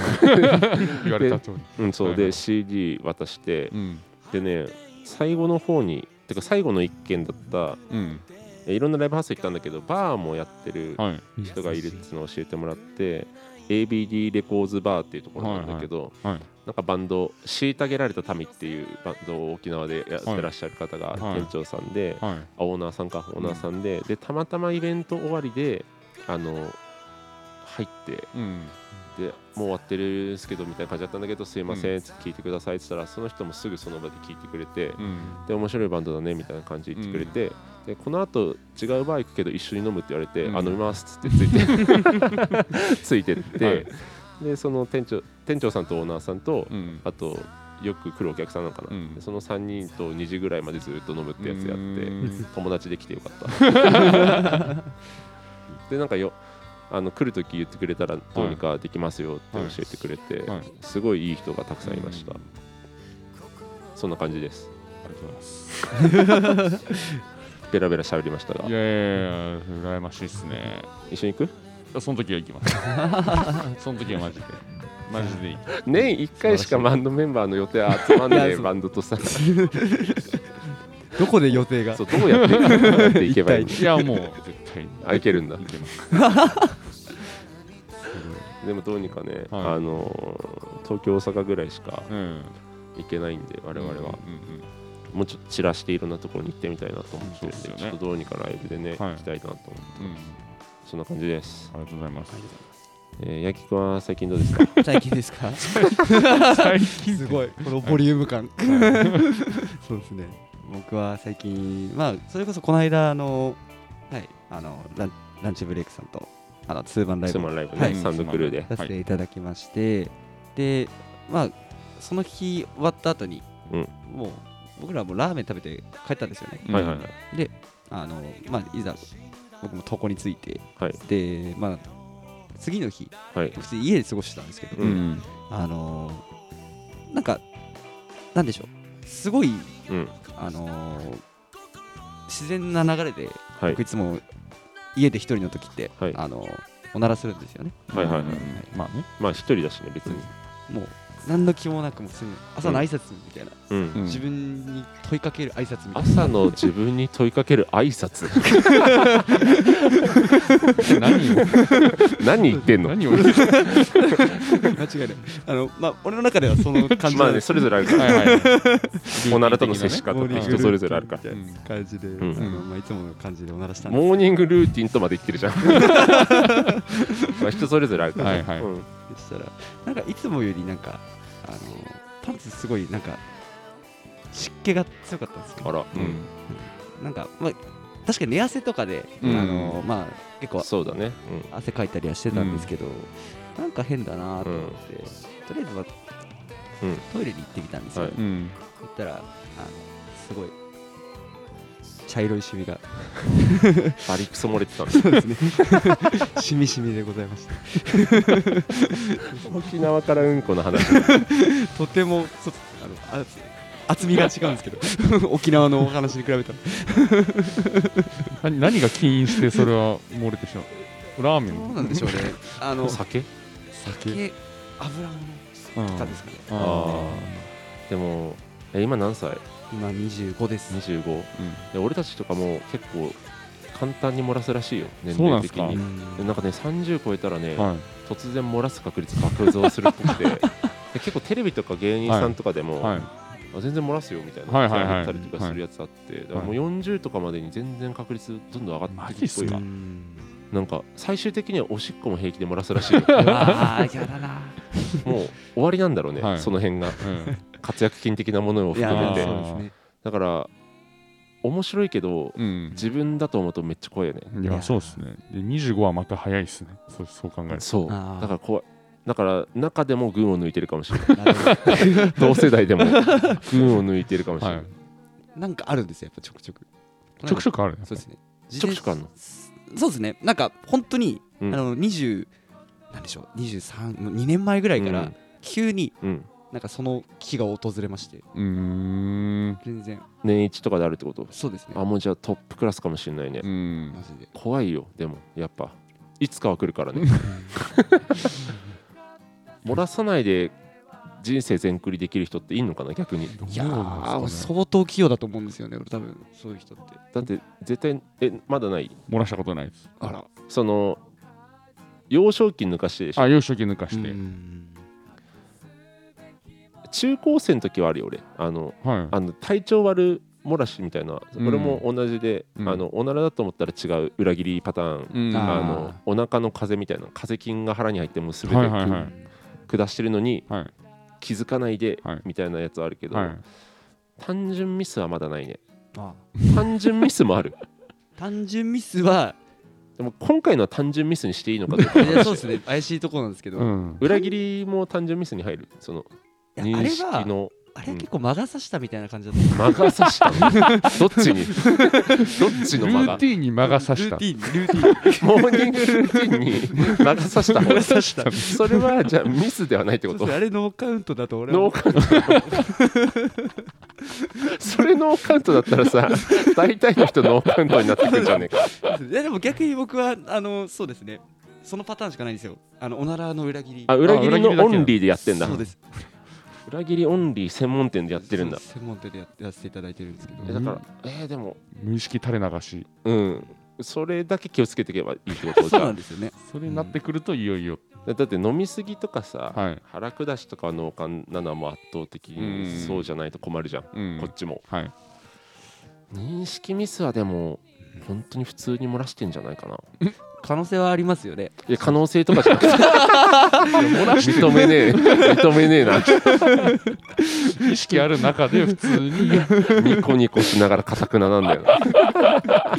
[SPEAKER 2] い、言われた通り。
[SPEAKER 1] うん、そう
[SPEAKER 2] はいは
[SPEAKER 1] で
[SPEAKER 2] い
[SPEAKER 1] CD 渡して
[SPEAKER 2] うん。
[SPEAKER 1] でね最後の方にてか最後の一軒だった
[SPEAKER 2] うん。
[SPEAKER 1] えいろんなライブハウス行ったんだけどバーもやってる
[SPEAKER 2] はい。
[SPEAKER 1] 人がいるっていうのを教えてもらって ABD レコーズバーっていうところなんだけど、
[SPEAKER 2] はい。
[SPEAKER 1] なんかバンド「虐げられた民」っていうバンドを沖縄でやってらっしゃる方が
[SPEAKER 2] はい
[SPEAKER 1] 店長さんで、
[SPEAKER 2] はい。
[SPEAKER 1] あオーナーさんかオーナーさんで,、でたまたまイベント終わりであの入って
[SPEAKER 2] うん。
[SPEAKER 1] でもう終わってるんですけどみたいな感じだったんだけどすいません、って聞いてくださいって言ったらその人もすぐその場で聞いてくれて、
[SPEAKER 2] うん。
[SPEAKER 1] で面白いバンドだねみたいな感じで言ってくれて、でこのあと違うバー行くけど一緒に飲むって言われて、
[SPEAKER 2] うん
[SPEAKER 1] あ飲みますっつって ついてついてって、
[SPEAKER 2] はい
[SPEAKER 1] でその店長店長さんとオーナーさんと、
[SPEAKER 2] うん。
[SPEAKER 1] あとよく来るお客さんなのかな、
[SPEAKER 2] うん
[SPEAKER 1] でその3人と2時ぐらいまでずっと飲むってやつやって、
[SPEAKER 2] うん
[SPEAKER 1] 友達できてよかった でなんかよあの来るとき言ってくれたらどうにかできますよって教えてくれて、
[SPEAKER 2] はい
[SPEAKER 1] すごいいい人がたくさんいました、
[SPEAKER 2] うん
[SPEAKER 1] そんな感じです
[SPEAKER 2] ありがとうございます。
[SPEAKER 1] ベラベラ喋りましたが
[SPEAKER 2] いやいやいや、羨ましいっすね。
[SPEAKER 1] 一緒に行く
[SPEAKER 2] その時は行きます。その時はマジで。マジで行く。
[SPEAKER 1] 年1回しかバンドメンバーの予定集まんね
[SPEAKER 3] い
[SPEAKER 1] え
[SPEAKER 3] やそう
[SPEAKER 1] バンドとさそ
[SPEAKER 3] どこで予定が
[SPEAKER 1] うどうやってどうやっていけばいいの
[SPEAKER 2] いや、もう絶対に。
[SPEAKER 1] あいけるんだ
[SPEAKER 2] 行けます。
[SPEAKER 1] でもどうにかね、
[SPEAKER 2] はい
[SPEAKER 1] あのー東京大阪ぐらいしか
[SPEAKER 2] うん。
[SPEAKER 1] 行けないんで我々は、
[SPEAKER 2] うんうん
[SPEAKER 1] もうちょっと散らしていろんなところに行ってみたいなと思ってるんで
[SPEAKER 2] そうですよね
[SPEAKER 1] ちょっとどうにかライブでね、
[SPEAKER 2] はい
[SPEAKER 1] 行きたいなと思って
[SPEAKER 2] うん。うん
[SPEAKER 1] そんな感じです、
[SPEAKER 2] ありがとうございます。
[SPEAKER 1] えー、八木君は最近どうですか
[SPEAKER 3] 最近ですか
[SPEAKER 2] 最近
[SPEAKER 3] すごいこのボリューム感そうですね僕は最近まあそれこそこの間あのはいあのランランチブレイクさんとあのツーバンライ
[SPEAKER 1] ツー
[SPEAKER 3] ブ
[SPEAKER 1] マンライブね、
[SPEAKER 3] はい
[SPEAKER 1] サンドクルーで
[SPEAKER 2] ツ、
[SPEAKER 3] させていただきまして、でまあその日終わった後に、
[SPEAKER 1] うん
[SPEAKER 3] もう僕らはもうラーメン食べて帰ったんですよね
[SPEAKER 1] はいはいはい。
[SPEAKER 3] あのまあいざ僕も床について
[SPEAKER 1] はい
[SPEAKER 3] でまあ次の日
[SPEAKER 1] はい
[SPEAKER 3] 普通に家で過ごしてたんですけど、
[SPEAKER 1] う
[SPEAKER 2] うん。
[SPEAKER 3] あのーなんか、なんでしょう、すごい、
[SPEAKER 1] うん
[SPEAKER 3] あのー自然な流れで、
[SPEAKER 1] はい
[SPEAKER 3] 僕いつも家で一人の時って、
[SPEAKER 1] はい
[SPEAKER 3] あのーおならするんですよね。
[SPEAKER 1] はいはいはい
[SPEAKER 2] うんまあね。
[SPEAKER 1] まあ一人だしね別に
[SPEAKER 3] もう何の気もなくもうすぐ朝の挨拶みたいな、
[SPEAKER 1] うん
[SPEAKER 2] うん
[SPEAKER 3] 自分に問いかける挨拶みたいな
[SPEAKER 1] 朝の自分に問いかける挨拶
[SPEAKER 2] 何を
[SPEAKER 1] 何言ってんの
[SPEAKER 2] 何を言ってる
[SPEAKER 3] 間違いないあのまあ俺の中ではその感じ
[SPEAKER 1] ま
[SPEAKER 3] な
[SPEAKER 1] あ
[SPEAKER 3] ん
[SPEAKER 1] ね
[SPEAKER 3] です
[SPEAKER 1] それぞれあるから
[SPEAKER 2] はいはい
[SPEAKER 1] おならとの接し方
[SPEAKER 3] モ
[SPEAKER 1] っ
[SPEAKER 3] ーニ
[SPEAKER 1] て
[SPEAKER 3] ング
[SPEAKER 1] 人それぞれあるから
[SPEAKER 3] ルーティンみたいな感じで、
[SPEAKER 1] ん
[SPEAKER 3] あのまあ、いつもの感じでおならしたんです
[SPEAKER 1] モーニングルーティンとまで言って るじゃんまあ人それぞれあるから
[SPEAKER 2] はいはい
[SPEAKER 1] うん
[SPEAKER 3] そしたらなんかいつもよりなんかあのパンツすごいなんか湿気が強かったんです
[SPEAKER 1] あ
[SPEAKER 3] よ
[SPEAKER 1] ら、
[SPEAKER 2] うん
[SPEAKER 3] なんか、まあ、確かに寝汗とかで、
[SPEAKER 2] うん
[SPEAKER 3] あのまあ、結構
[SPEAKER 1] そうだね、うん
[SPEAKER 3] 汗かいたりはしてたんですけど、なんか変だなと思って、とりあえずは、
[SPEAKER 1] うん
[SPEAKER 3] トイレに行ってみたんですよ、
[SPEAKER 1] はい
[SPEAKER 2] うん
[SPEAKER 3] 行ったらあのすごい茶色いシミが
[SPEAKER 1] バリクソ漏れてたんだ
[SPEAKER 3] そうですね シミシミでございました
[SPEAKER 1] 沖縄からうんこの話
[SPEAKER 3] とてもそあのあ厚みが違うんですけど 沖縄のお話に比べたら
[SPEAKER 2] 何何が起因してそれは漏れてしまうラーメン
[SPEAKER 3] どうなんでしょうねあの
[SPEAKER 1] 酒
[SPEAKER 3] 酒油物
[SPEAKER 2] うん
[SPEAKER 3] たんですかね
[SPEAKER 2] あ
[SPEAKER 1] でもえ今何歳
[SPEAKER 3] 今25です
[SPEAKER 1] ?25
[SPEAKER 2] ーうん
[SPEAKER 1] で俺たちとかも結構簡単に漏らすらしいよ年
[SPEAKER 2] そうなん
[SPEAKER 1] 齢
[SPEAKER 2] す
[SPEAKER 1] 的
[SPEAKER 2] か
[SPEAKER 1] にでなんかね30超えたらね、
[SPEAKER 2] はい
[SPEAKER 1] 突然漏らす確率爆増するっぽ くてで結構テレビとか芸人さんとかでも、
[SPEAKER 2] はい
[SPEAKER 1] あ全然漏らすよみたいな
[SPEAKER 2] はいはいはい
[SPEAKER 1] 言ったりとかするやつあって、だからもう
[SPEAKER 2] はい
[SPEAKER 1] 40とかまでに全然確率どんどん上がってきて
[SPEAKER 2] マジっすか
[SPEAKER 1] なんか最終的にはおしっこも平気で漏らすら しいよ
[SPEAKER 3] ああやだ な
[SPEAKER 1] もう終わりなんだろうね、
[SPEAKER 2] はい
[SPEAKER 1] その辺が
[SPEAKER 2] うん
[SPEAKER 1] 活躍金的なものを
[SPEAKER 3] いや
[SPEAKER 1] 含
[SPEAKER 3] そ
[SPEAKER 1] め
[SPEAKER 3] う
[SPEAKER 1] て
[SPEAKER 2] あー
[SPEAKER 3] ですね
[SPEAKER 1] だから面白いけど
[SPEAKER 2] うん
[SPEAKER 1] 自分だと思うとめっちゃ怖いよね
[SPEAKER 2] いやそうですねで25はまた早いですねそうそう考えると
[SPEAKER 1] そう
[SPEAKER 3] あー
[SPEAKER 1] だから怖いだから中でも群を抜いてるかもしれない
[SPEAKER 3] なるほ
[SPEAKER 1] 同世代で も群を抜いてるかもしれない、
[SPEAKER 2] はい
[SPEAKER 3] どなんかあるんですよやっぱちょくちょく
[SPEAKER 2] ちょくちょくあるね
[SPEAKER 3] そうですね
[SPEAKER 1] ちょくちょくあんの
[SPEAKER 3] そうですねなんか本当にあ
[SPEAKER 1] うん
[SPEAKER 3] の20なんでしょう23の2年前ぐらいか
[SPEAKER 1] う
[SPEAKER 3] ら
[SPEAKER 1] ん
[SPEAKER 3] 急に
[SPEAKER 1] うん、
[SPEAKER 3] なんかその期が訪れまして
[SPEAKER 2] うーん
[SPEAKER 3] 全然
[SPEAKER 1] 年一とかであるってこと
[SPEAKER 3] そうですね
[SPEAKER 1] あもうじゃあトップクラスかもしれないね、
[SPEAKER 2] うん
[SPEAKER 3] マジで
[SPEAKER 1] 怖いよでもやっぱいつかは来るからね 漏らさないで人生全クリできる人っていいのかな逆に
[SPEAKER 3] いや
[SPEAKER 2] どうなん
[SPEAKER 3] ー
[SPEAKER 2] ですかね
[SPEAKER 3] 相当器用だと思うんですよね俺多分そういう人って
[SPEAKER 1] だって絶対えまだない
[SPEAKER 2] 漏らしたことないです
[SPEAKER 3] あら
[SPEAKER 1] その幼少期抜かしてでしょ
[SPEAKER 2] あ幼少期抜かして
[SPEAKER 3] うん
[SPEAKER 1] 中高生の時はあるよ俺あの
[SPEAKER 2] はい
[SPEAKER 1] あの体調悪漏らしみたいな
[SPEAKER 2] うん
[SPEAKER 1] 俺も同じで、
[SPEAKER 2] うん
[SPEAKER 1] あのおならだと思ったら違う裏切りパターン、
[SPEAKER 2] うん
[SPEAKER 1] あ
[SPEAKER 3] あー
[SPEAKER 1] のお腹の風邪みたいな風邪菌が腹に入ってもう全て
[SPEAKER 2] はいはいは
[SPEAKER 1] く下してるのに
[SPEAKER 2] はい
[SPEAKER 1] 気づかないで、
[SPEAKER 2] はい
[SPEAKER 1] みたいなやつはあるけど、
[SPEAKER 2] はい
[SPEAKER 1] 単純ミスはまだないね
[SPEAKER 3] あ
[SPEAKER 1] 単純ミスもあ る
[SPEAKER 3] 単純ミスは
[SPEAKER 1] でも今回のは単純ミスにしていいのかどうか
[SPEAKER 3] いやそうですね怪しいところなんですけど、
[SPEAKER 2] うん
[SPEAKER 1] 裏切りも単純ミスに入るその
[SPEAKER 3] いやあ
[SPEAKER 1] 認
[SPEAKER 3] れ
[SPEAKER 1] 識
[SPEAKER 3] は
[SPEAKER 1] の
[SPEAKER 3] あれは結構魔が差したみたいな感じだった
[SPEAKER 1] 間が差 したのどっちにどっちの
[SPEAKER 2] ル
[SPEAKER 1] 間が
[SPEAKER 2] ーティンに間が差し
[SPEAKER 3] ル
[SPEAKER 2] た
[SPEAKER 3] ーティンルーティン
[SPEAKER 1] モーニングルーティンに魔が差した 方
[SPEAKER 3] 魔
[SPEAKER 1] が
[SPEAKER 3] が差した
[SPEAKER 1] それはじゃあミスではないってこ
[SPEAKER 3] そう
[SPEAKER 1] と
[SPEAKER 3] ですねあれノーカウントだと俺は
[SPEAKER 1] ノーカウントそれノーカウントだったら さ大体の人ノーカウントになってくるじゃねえか
[SPEAKER 3] いやでも逆に僕はあのそうですねそのパターンしかないんですよあのおならの裏切り
[SPEAKER 1] あ裏切りのオンリーでやってんだ
[SPEAKER 3] そうです
[SPEAKER 1] 裏切りオンリー専門店でやってるんだ
[SPEAKER 3] そう専門店でややらせていただいてるんですけど
[SPEAKER 1] えだからえーでも
[SPEAKER 2] 無意識垂れ流し
[SPEAKER 1] うんそれだけ気をつけていけばいいってことじ
[SPEAKER 3] そう
[SPEAKER 1] ゃ
[SPEAKER 3] なん
[SPEAKER 1] ん
[SPEAKER 3] ですよね
[SPEAKER 2] それになってくるといよいよ
[SPEAKER 1] だだって飲みすぎとかさ、
[SPEAKER 2] はい
[SPEAKER 1] 腹下しとかは脳幹なのはもう圧倒的
[SPEAKER 2] うん
[SPEAKER 1] にそうじゃないと困るじゃん、
[SPEAKER 2] うん
[SPEAKER 1] こっちも
[SPEAKER 2] はい
[SPEAKER 1] 認識ミスはでも本当に普通に漏らしてんじゃないかな
[SPEAKER 3] 可能性はありますよね
[SPEAKER 1] いや可能性とかじゃなくて認めねえ認めねえな
[SPEAKER 2] 意識ある中で普通に
[SPEAKER 1] ニコニコしながらかたくななんだよな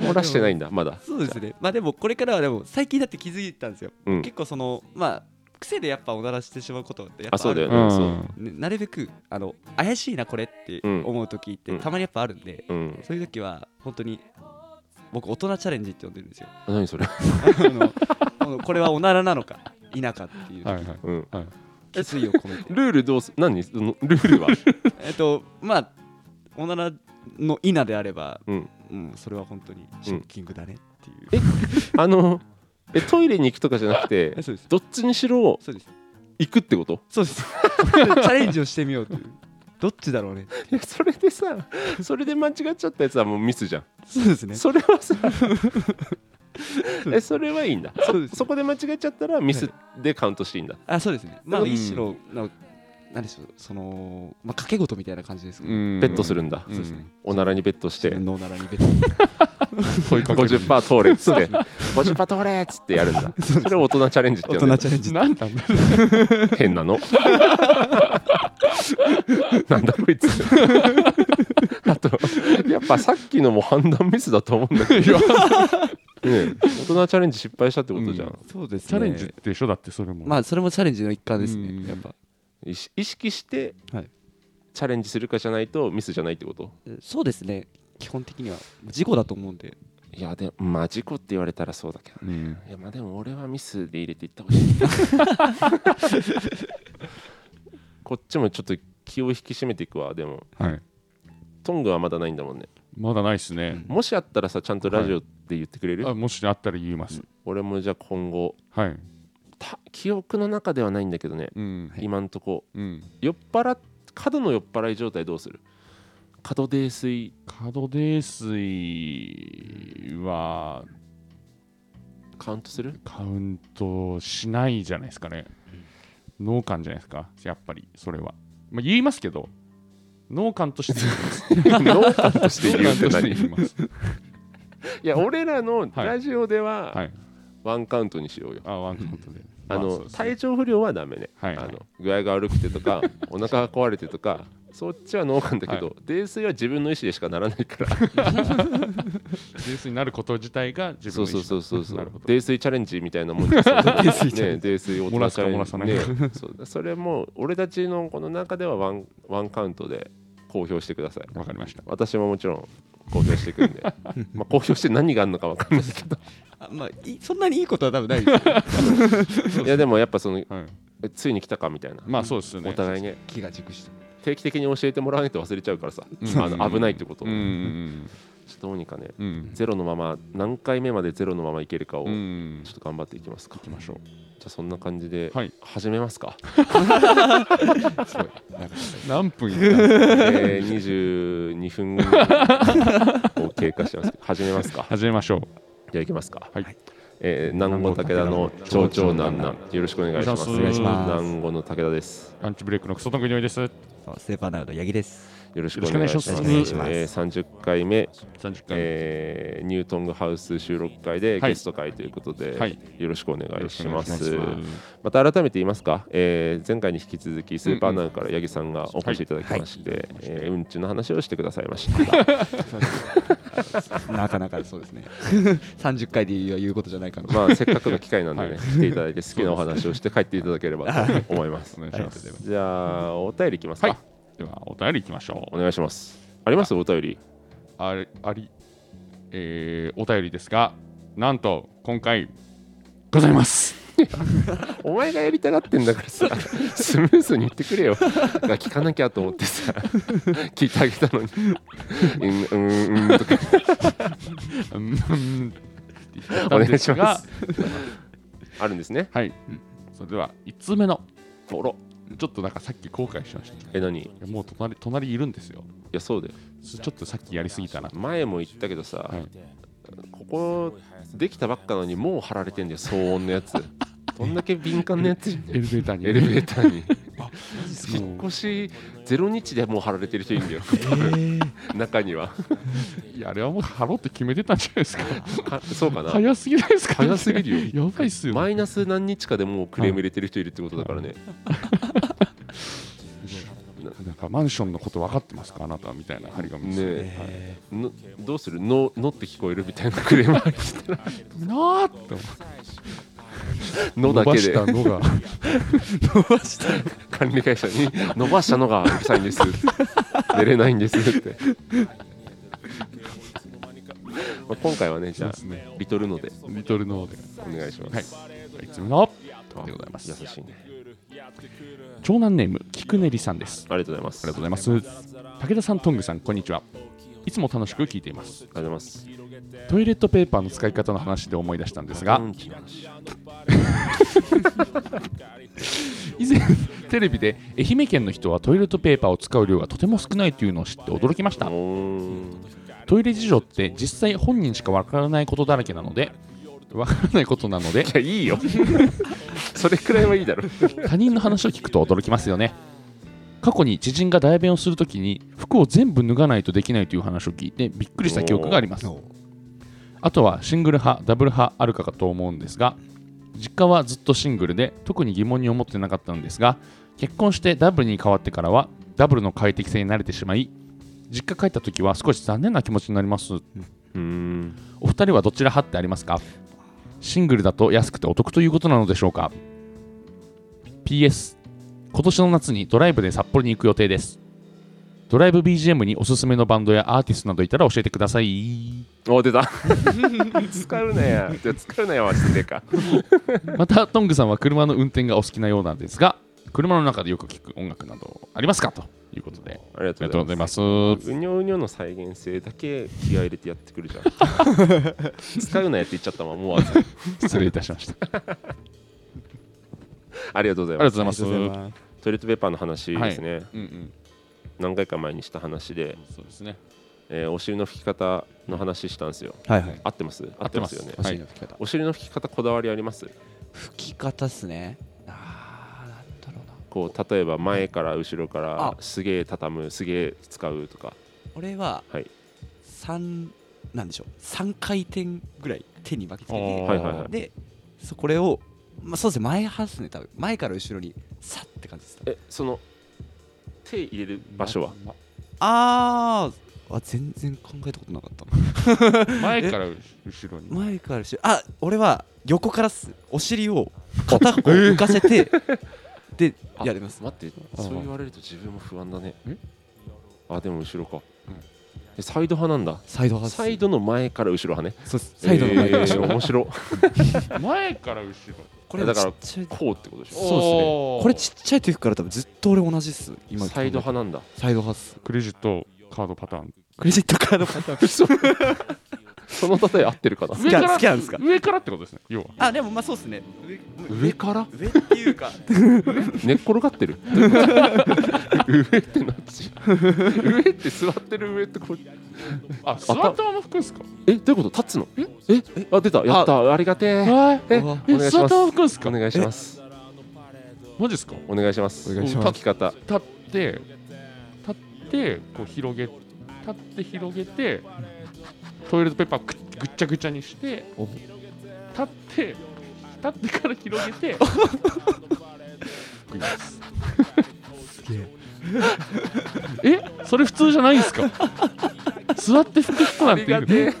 [SPEAKER 1] 漏らしてないんだまだ
[SPEAKER 3] そうですねまあでもこれからはでも最近だって気づいたんですよ、
[SPEAKER 1] うん
[SPEAKER 3] 結構そのまあ癖でやっぱおならしてしまうことってやっぱ
[SPEAKER 1] あそうだよ
[SPEAKER 3] る
[SPEAKER 1] ね、
[SPEAKER 2] うん
[SPEAKER 1] そう
[SPEAKER 3] ねなるべくあの怪しいなこれって
[SPEAKER 1] うん
[SPEAKER 3] 思う時って、
[SPEAKER 1] うん
[SPEAKER 3] たまにやっぱあるんで、
[SPEAKER 1] うん
[SPEAKER 3] そういう時は本当に僕大人チャレンジって呼んでるんですよ
[SPEAKER 1] 何それ
[SPEAKER 3] あのあのこれはおならなのか否かっていう、
[SPEAKER 2] はいはい
[SPEAKER 1] うん
[SPEAKER 3] 決意を込めて
[SPEAKER 1] ルールどうす何そのルールは
[SPEAKER 3] えっとまあおならの否であれば、
[SPEAKER 1] うん
[SPEAKER 3] うんそれは本当にショッキングだねっていう、
[SPEAKER 1] あのえトイレに行くとかじゃなくて
[SPEAKER 3] えそうです
[SPEAKER 1] どっちにしろ
[SPEAKER 3] そうです
[SPEAKER 1] 行くってこと
[SPEAKER 3] そうです チャレンジをしてみようと いうどっちだろうね
[SPEAKER 1] いやそれでさそれで間違っちゃったやつはもうミスじゃん、
[SPEAKER 3] そうですねそ
[SPEAKER 1] それ はさ
[SPEAKER 3] う
[SPEAKER 1] えそれはいいんだ
[SPEAKER 3] うです
[SPEAKER 1] そこで間違えちゃったらミスでカウントしていいんだ、
[SPEAKER 3] あそうですねまあ
[SPEAKER 1] うん
[SPEAKER 3] 一種のなんかなんでしょうそのまあ掛け事みたいな感じですかね
[SPEAKER 2] ベ
[SPEAKER 1] ベットするんだ、
[SPEAKER 3] そうですね
[SPEAKER 1] おならにベットして
[SPEAKER 3] 自分のおな らに別に
[SPEAKER 2] 問いかける
[SPEAKER 1] 50%通れっつ って50%通れっつってやるんだ それを大人チャレンジって
[SPEAKER 3] 大
[SPEAKER 1] 呼んでる
[SPEAKER 3] 人チャレンジ
[SPEAKER 2] なんなんだ
[SPEAKER 1] 変なの なんだこいつ あとやっぱさっきのも判断ミスだと思うんだけど、ねえ、大人チャレンジ失敗したってことじゃん、
[SPEAKER 2] うん
[SPEAKER 3] そうですね
[SPEAKER 2] チャレンジでしょだってそれも
[SPEAKER 3] まあそれもチャレンジの一環です
[SPEAKER 2] うん
[SPEAKER 3] ねやっぱ
[SPEAKER 1] 意識意識して
[SPEAKER 3] はい
[SPEAKER 1] チャレンジするかじゃないとミスじゃないってこと
[SPEAKER 3] そうですね基本的には事故だと思うんで
[SPEAKER 1] いやでもまあ事故って言われたらそうだけど
[SPEAKER 2] うん
[SPEAKER 1] いやまあでも俺はミスで入れていったほしい こっちもちょっと気を引き締めていくわでも
[SPEAKER 2] はい
[SPEAKER 1] トングはまだないんだもんね
[SPEAKER 2] まだないっすね
[SPEAKER 1] もしあったらさちゃんとラジオって言ってくれる、
[SPEAKER 2] あもしあったら言います
[SPEAKER 1] 俺もじゃあ今後
[SPEAKER 2] はい
[SPEAKER 1] た記憶の中ではないんだけどね、
[SPEAKER 2] うん
[SPEAKER 3] はい
[SPEAKER 1] 今んとこ
[SPEAKER 2] うん
[SPEAKER 1] 酔っ払っ過度の酔っ払い状態どうする過度泥酔
[SPEAKER 2] 角泥酔は
[SPEAKER 1] カウントす る
[SPEAKER 2] カウントしないじゃないですかね。脳幹じゃないですか、やっぱりそれは。まあ、言いますけど、脳幹として 言います。
[SPEAKER 1] 脳感として言うって
[SPEAKER 2] 脳幹として
[SPEAKER 1] 何い
[SPEAKER 2] 言います。
[SPEAKER 1] や俺らのラジオで
[SPEAKER 2] は。
[SPEAKER 1] はいワンカウントにしようよ、
[SPEAKER 2] あ、ワンカウントで。
[SPEAKER 1] あ
[SPEAKER 2] ま
[SPEAKER 1] の
[SPEAKER 2] そうですね
[SPEAKER 1] 体調不良はダメね、
[SPEAKER 2] はいはい
[SPEAKER 1] あの具合が悪くてと かお腹が壊れてとかそっちは脳幹だけど、泥酔は自分の意思でしかならないから
[SPEAKER 2] 泥酔になること自体が自
[SPEAKER 1] そ
[SPEAKER 2] 分
[SPEAKER 1] う
[SPEAKER 2] の意
[SPEAKER 1] そう
[SPEAKER 2] 思
[SPEAKER 1] そうそうそ
[SPEAKER 2] な
[SPEAKER 1] う
[SPEAKER 2] るほど
[SPEAKER 1] 泥酔チャレンジみたいなもんですよね
[SPEAKER 3] 泥酔チャレン
[SPEAKER 1] 泥酔を
[SPEAKER 2] 漏らすか漏らさないか
[SPEAKER 1] ね、そうそれも俺たちのこの中ではワンワンカウントで公表してください
[SPEAKER 2] わかりました。
[SPEAKER 1] 私ももちろん公表してい くんでまあ公表して何があるのか分かんないけど
[SPEAKER 3] あまあいそんなにいいことは多分ないですよ
[SPEAKER 1] いやでもやっぱその
[SPEAKER 2] はい、
[SPEAKER 1] えついに来たかみたいな、
[SPEAKER 2] まあ、そうですよね。
[SPEAKER 1] お互いね
[SPEAKER 3] 気が熟した
[SPEAKER 1] 定期的に教えてもらわないと忘れちゃうからさ、
[SPEAKER 2] うん
[SPEAKER 1] あの危ないってことを、
[SPEAKER 2] うん
[SPEAKER 1] ちょっとどうにかね
[SPEAKER 2] うんうん。うん
[SPEAKER 1] ゼロのまま何回目までゼロのままいけるかをち
[SPEAKER 2] う
[SPEAKER 1] ょ
[SPEAKER 2] ん
[SPEAKER 1] っと頑張っていきますか、
[SPEAKER 2] 行きましょ
[SPEAKER 1] じゃあそんな感じで
[SPEAKER 2] はい
[SPEAKER 1] 始めますか、
[SPEAKER 2] う。何分やった
[SPEAKER 1] え ー、22分を経過してますけど始めますか
[SPEAKER 2] 始めましょう。
[SPEAKER 1] じゃあいきますか、
[SPEAKER 2] はい
[SPEAKER 1] えー、南郷武田の長々南南よろしくお願いします
[SPEAKER 2] お願いし
[SPEAKER 3] ます
[SPEAKER 1] 南郷の武田です
[SPEAKER 2] ランチブレイクのクソの国おいです。
[SPEAKER 3] スーパーナウド八木です
[SPEAKER 1] よろしくお願いします
[SPEAKER 2] よろしくお願いし
[SPEAKER 3] ます
[SPEAKER 1] えー、30回目、
[SPEAKER 2] 30回、
[SPEAKER 1] えー、ニュートングハウス収録会で
[SPEAKER 2] はい
[SPEAKER 1] ゲスト会ということで、
[SPEAKER 2] はい
[SPEAKER 1] よろしくお願いしま
[SPEAKER 2] よろ
[SPEAKER 1] す
[SPEAKER 2] しくお願いし
[SPEAKER 1] また改めて言いますか、えー前回に引き続きスーパーナウから八木さんがお越しいただきまして、えーうんちの話をしてくださいました
[SPEAKER 3] なかなかそうですね 30回で言うことじゃない かな
[SPEAKER 1] まあ せっかくの機会なんでね、
[SPEAKER 2] はい
[SPEAKER 1] 来ていただいて好きなお話をして帰っていただければと思います
[SPEAKER 2] お願いします。
[SPEAKER 1] じゃあお便りいきますか、
[SPEAKER 2] はい。では、お便りいきましょう。
[SPEAKER 1] お願いしますありますお便り
[SPEAKER 2] ありあり、えーお便りですが、なんと今回、ございます。
[SPEAKER 1] お前がやりたがってんだから さスムーズに言ってくれよが聞かなきゃと思って さ聞いてあげたのにうんうんうんとか
[SPEAKER 2] うんうんって言っ
[SPEAKER 1] お
[SPEAKER 2] たん
[SPEAKER 1] 願
[SPEAKER 2] で
[SPEAKER 1] いし
[SPEAKER 2] が
[SPEAKER 1] ますあるんですね
[SPEAKER 2] はい、それでは5つ目のとろ、ちょっとなんかさっき後悔しましたけど
[SPEAKER 1] え何い
[SPEAKER 2] いや、もう隣隣いるんですよ。
[SPEAKER 1] やそうだよ
[SPEAKER 2] ちょっとさっきやりすぎたな。
[SPEAKER 1] 前も言ったけどさ、
[SPEAKER 2] はい
[SPEAKER 1] ここできたばっかなのにもう貼られてんだよ騒音の やつどんだけ敏感なやつ
[SPEAKER 2] エレベーター に
[SPEAKER 1] エレベーターに
[SPEAKER 2] ー
[SPEAKER 1] 引っ越し0日でもう貼られてる人いるんだよ中に は
[SPEAKER 2] ーいやあれはもう貼ろうって決めてたんじゃないですか。
[SPEAKER 1] かそうかな
[SPEAKER 2] 早すぎないですか、
[SPEAKER 1] 早すぎる
[SPEAKER 2] よ。やばいっすよ。
[SPEAKER 1] マイナス何日かでもうクレーム入れてる人いるってことだからね
[SPEAKER 2] なんかマンションのこと分かってますかあなたみたいな張り紙ですよ
[SPEAKER 1] ねえのどうするののって聞こえるみたいなクレーム入ってたら
[SPEAKER 2] なーって思って
[SPEAKER 1] のだけで
[SPEAKER 2] 伸ばしたのが。
[SPEAKER 1] 管理会社に伸ばしたのがうるさいんです寝れないんですってまあ今回はねじゃあ
[SPEAKER 2] そうですね
[SPEAKER 1] リトルので
[SPEAKER 2] リトルノーで。
[SPEAKER 1] お願いします、
[SPEAKER 2] はい。いつものでございます。
[SPEAKER 1] 優しいね
[SPEAKER 2] 長男ネーム、菊練さんです。あ
[SPEAKER 1] ありがとうございます
[SPEAKER 2] りがとうございます。武田さん、トングさん、こんにちは。いつも楽しく聞いていま
[SPEAKER 1] あ
[SPEAKER 2] す。
[SPEAKER 1] りがとうございます
[SPEAKER 2] トイレットペーパーの使い方の話で思い出したんですが
[SPEAKER 1] うんって話
[SPEAKER 2] 以前テレビで愛媛県の人はトイレットペーパーを使う量がとても少ないというのを知って驚きました
[SPEAKER 1] おー
[SPEAKER 2] トイレ事情って実際本人しかわからないことだらけなのでわからないことなので
[SPEAKER 1] いやいいよそれくらいはいいだろ
[SPEAKER 2] 他人の話を聞くと驚きますよね過去に知人が代弁をするときに服を全部脱がないとできないという話を聞いてびっくりした記憶がありますあとはシングル派ダブル派あるかかと思うんですが実家はずっとシングルで特に疑問に思ってなかったのですが結婚してダブルに変わってからはダブルの快適性に慣れてしまい実家帰った時は少し残念な気持ちになります
[SPEAKER 1] うーん
[SPEAKER 2] お二人はどちら派ってありますかシングルだと安くてお得ということなのでしょうか ?PS 今年の夏にドライブで札幌に行く予定ですドライブ BGM におすすめのバンドやアーティストなどいたら教えてください
[SPEAKER 1] お出た使うなやじゃあ使うなやマジでか
[SPEAKER 2] またトングさんは車の運転がお好きなようなんですが車の中でよく聞く音楽などありますかということで
[SPEAKER 1] ありが
[SPEAKER 2] あり
[SPEAKER 1] と
[SPEAKER 2] がとう
[SPEAKER 1] うご
[SPEAKER 2] ござ
[SPEAKER 1] ざ
[SPEAKER 2] い
[SPEAKER 1] い
[SPEAKER 2] ま
[SPEAKER 1] ますすうにょうにょの再現性だけ気合い入れてやってく るじゃん使うなやって言っちゃったわもう
[SPEAKER 2] 失礼いたしましたあ
[SPEAKER 1] ありがとうござい
[SPEAKER 2] りがと
[SPEAKER 1] ま
[SPEAKER 2] う
[SPEAKER 1] す
[SPEAKER 2] ございます
[SPEAKER 3] ます
[SPEAKER 1] トイレットペーパーの話ですね、
[SPEAKER 2] うんうん
[SPEAKER 1] 何回か前にした話で、
[SPEAKER 2] そうですね
[SPEAKER 1] えーお尻の拭き方の話したんですよ
[SPEAKER 3] はいはい
[SPEAKER 1] 合ってます合
[SPEAKER 2] ってます
[SPEAKER 1] よね
[SPEAKER 2] はい
[SPEAKER 3] お尻の拭き方
[SPEAKER 1] お尻の拭き方こだわりあります
[SPEAKER 3] 拭き方っすねあーなんだろうな
[SPEAKER 1] こう例えば前から後ろか
[SPEAKER 3] あ
[SPEAKER 1] らすげえ畳むすげえ使うとか
[SPEAKER 3] 俺は
[SPEAKER 1] はい
[SPEAKER 3] 3なんでしょう3回転ぐらい手に巻きつけて
[SPEAKER 1] はいはいはい
[SPEAKER 3] でそこれを、まあ、そうですね前派ですね多分前から後ろにさって感じです
[SPEAKER 1] えその手入れる場所は
[SPEAKER 3] あーあ全然考えたことなかった
[SPEAKER 2] 前から後ろに
[SPEAKER 3] 前から後ろあ俺は横からっすお尻 を片方浮かせて、で
[SPEAKER 1] あ
[SPEAKER 3] やります
[SPEAKER 1] 待って
[SPEAKER 2] あ
[SPEAKER 1] そう言われると自分も不安だね
[SPEAKER 2] え
[SPEAKER 1] あでも後ろか、
[SPEAKER 2] うん
[SPEAKER 1] えサイド派なんだ
[SPEAKER 3] サイド派っす
[SPEAKER 1] サイドの前から後ろ派ね
[SPEAKER 3] そうっすサイドの前から後ろ、
[SPEAKER 1] えー面白
[SPEAKER 2] 前から後ろ
[SPEAKER 3] これ
[SPEAKER 1] だから
[SPEAKER 3] ちっちゃい
[SPEAKER 1] こうってことでしょ
[SPEAKER 3] そうですね
[SPEAKER 2] おー
[SPEAKER 3] これちっちゃい時から多分ずっと俺同じっす今
[SPEAKER 1] サイド派なんだ
[SPEAKER 3] サイド派っす
[SPEAKER 2] クレジットカードパターン
[SPEAKER 3] クレジットカードパターン
[SPEAKER 1] その例え合ってるかな
[SPEAKER 3] 好きなん好きなんですか
[SPEAKER 2] 上からってことですね要は
[SPEAKER 3] あでもまあそうっすね上
[SPEAKER 1] 上から
[SPEAKER 3] 上っていう か
[SPEAKER 1] 寝っ転がってる上ってなっち上って座ってる上ってこう
[SPEAKER 2] あ座ったまま拭くんですか
[SPEAKER 1] えどういうこと立つのええあ出たやったありがてえ
[SPEAKER 2] はい
[SPEAKER 1] え
[SPEAKER 3] うわ
[SPEAKER 1] お願いし
[SPEAKER 2] 座
[SPEAKER 1] ます
[SPEAKER 2] ったまま拭くんですか
[SPEAKER 1] お願いします
[SPEAKER 2] マジですか
[SPEAKER 1] お願いします
[SPEAKER 3] お願いします
[SPEAKER 1] き方
[SPEAKER 2] 立って立ってこう広げ立って広げてトイレットペーパーぐぐっちゃぐちゃにして
[SPEAKER 3] お
[SPEAKER 2] 立って立ってから広げて えそれ普通じゃないんですか座って服拭くなんていう